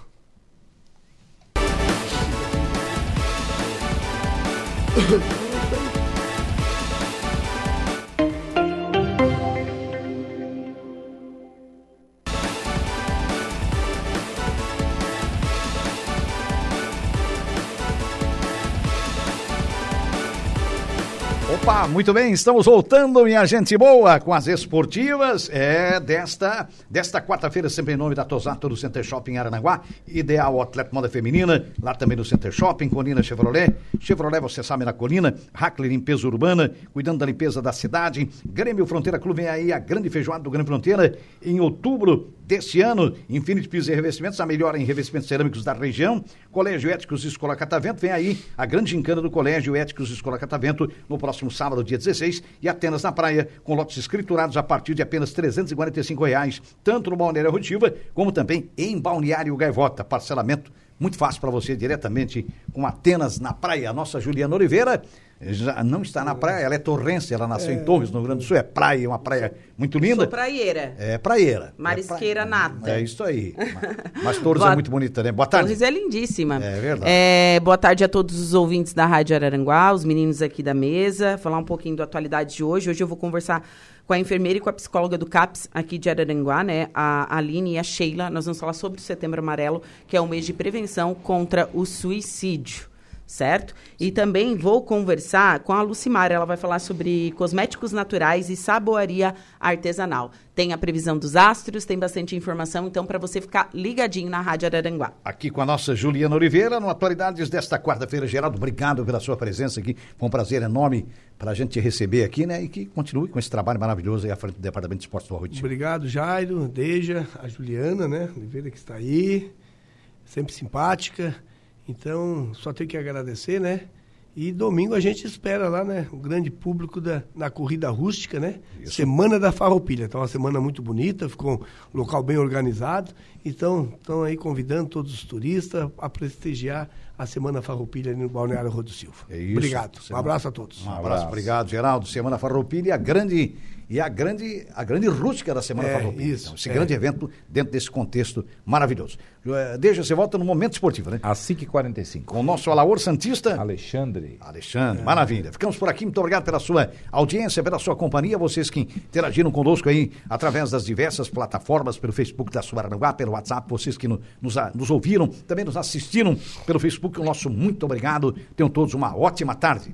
Speaker 2: Opa, muito bem, estamos voltando, minha gente boa, com as esportivas. É desta, desta quarta-feira, sempre em nome da Tosato do Center Shopping em Aranaguá, ideal atleta moda feminina, lá também no Center Shopping, Colina Chevrolet. Chevrolet, você sabe, na Colina, Hackler Limpeza Urbana, cuidando da limpeza da cidade. Grêmio Fronteira Clube vem aí, a grande feijoada do Grande Fronteira, em outubro deste ano. Infinity Pisos e Revestimentos, a melhor em revestimentos cerâmicos da região. Colégio Éticos Escola Catavento, vem aí a grande gincana do Colégio Éticos Escola Catavento no próximo sábado, dia 16, e Atenas na Praia, com lotes escriturados a partir de apenas R$ 345 reais, tanto no Balneário Rotiva como também em Balneário Gaivota. Parcelamento muito fácil para você diretamente com Atenas na Praia. A nossa Juliana Oliveira já não está na praia, ela é torrense, ela nasceu em Torres, no Rio Grande do Sul, é praia, uma praia muito linda.
Speaker 6: Sou praieira.
Speaker 2: É praieira.
Speaker 6: Marisqueira
Speaker 2: É pra-
Speaker 6: nata.
Speaker 2: É isso aí. Mas- Mas Torres é
Speaker 6: Boa-
Speaker 2: muito bonita, né? Boa tarde.
Speaker 6: Torres é lindíssima.
Speaker 2: É verdade.
Speaker 6: É, boa tarde a todos os ouvintes da Rádio Araranguá, os meninos aqui da mesa, falar um pouquinho da atualidade de hoje. Hoje eu vou conversar com a enfermeira e com a psicóloga do CAPS aqui de Araranguá, né? A Aline e a Sheila. Nós vamos falar sobre o Setembro Amarelo, que é o mês de prevenção contra o suicídio. Certo? E também vou conversar com a Lucimar. Ela vai falar sobre cosméticos naturais e saboaria artesanal. Tem a previsão dos astros, tem bastante informação, então, para você ficar ligadinho na Rádio Araranguá.
Speaker 2: Aqui com a nossa Juliana Oliveira, no Atualidades desta quarta-feira. Geraldo, obrigado pela sua presença aqui. Foi um prazer enorme para a gente te receber aqui, né? E que continue com esse trabalho maravilhoso aí à frente do Departamento de Esportes do Arroio de Chile.
Speaker 4: Obrigado, Jairo, Deja, a Juliana, né? Oliveira que está aí, sempre simpática. Então, só tenho que agradecer, né? E domingo a gente espera lá, né? O grande público da, na corrida rústica, né? Semana da Farroupilha. Então, uma semana muito bonita, ficou um local bem organizado. Então, estão aí convidando todos os turistas a prestigiar a Semana Farroupilha ali no Balneário Rodo Silva.
Speaker 2: É isso.
Speaker 4: Obrigado. Um
Speaker 2: Semana-
Speaker 4: abraço a todos.
Speaker 2: Um abraço, obrigado, Geraldo. Semana Farroupilha e a grande e a grande a grande rústica da Semana
Speaker 4: É,
Speaker 2: Farroupilha. Então,
Speaker 4: isso,
Speaker 2: esse
Speaker 4: é.
Speaker 2: grande evento dentro desse contexto maravilhoso. Eh, Deixa, você volta no momento esportivo, né?
Speaker 3: A SIC 45.
Speaker 2: Com o nosso Alaor Santista.
Speaker 3: Alexandre.
Speaker 2: Alexandre, maravilha. Ficamos por aqui. Muito obrigado pela sua audiência, pela sua companhia. Vocês que interagiram conosco aí através das diversas plataformas, pelo Facebook da Suaranguá, pelo WhatsApp, vocês que no- nos, a- nos ouviram, também nos assistiram pelo Facebook. O nosso muito obrigado. Tenham todos uma ótima tarde.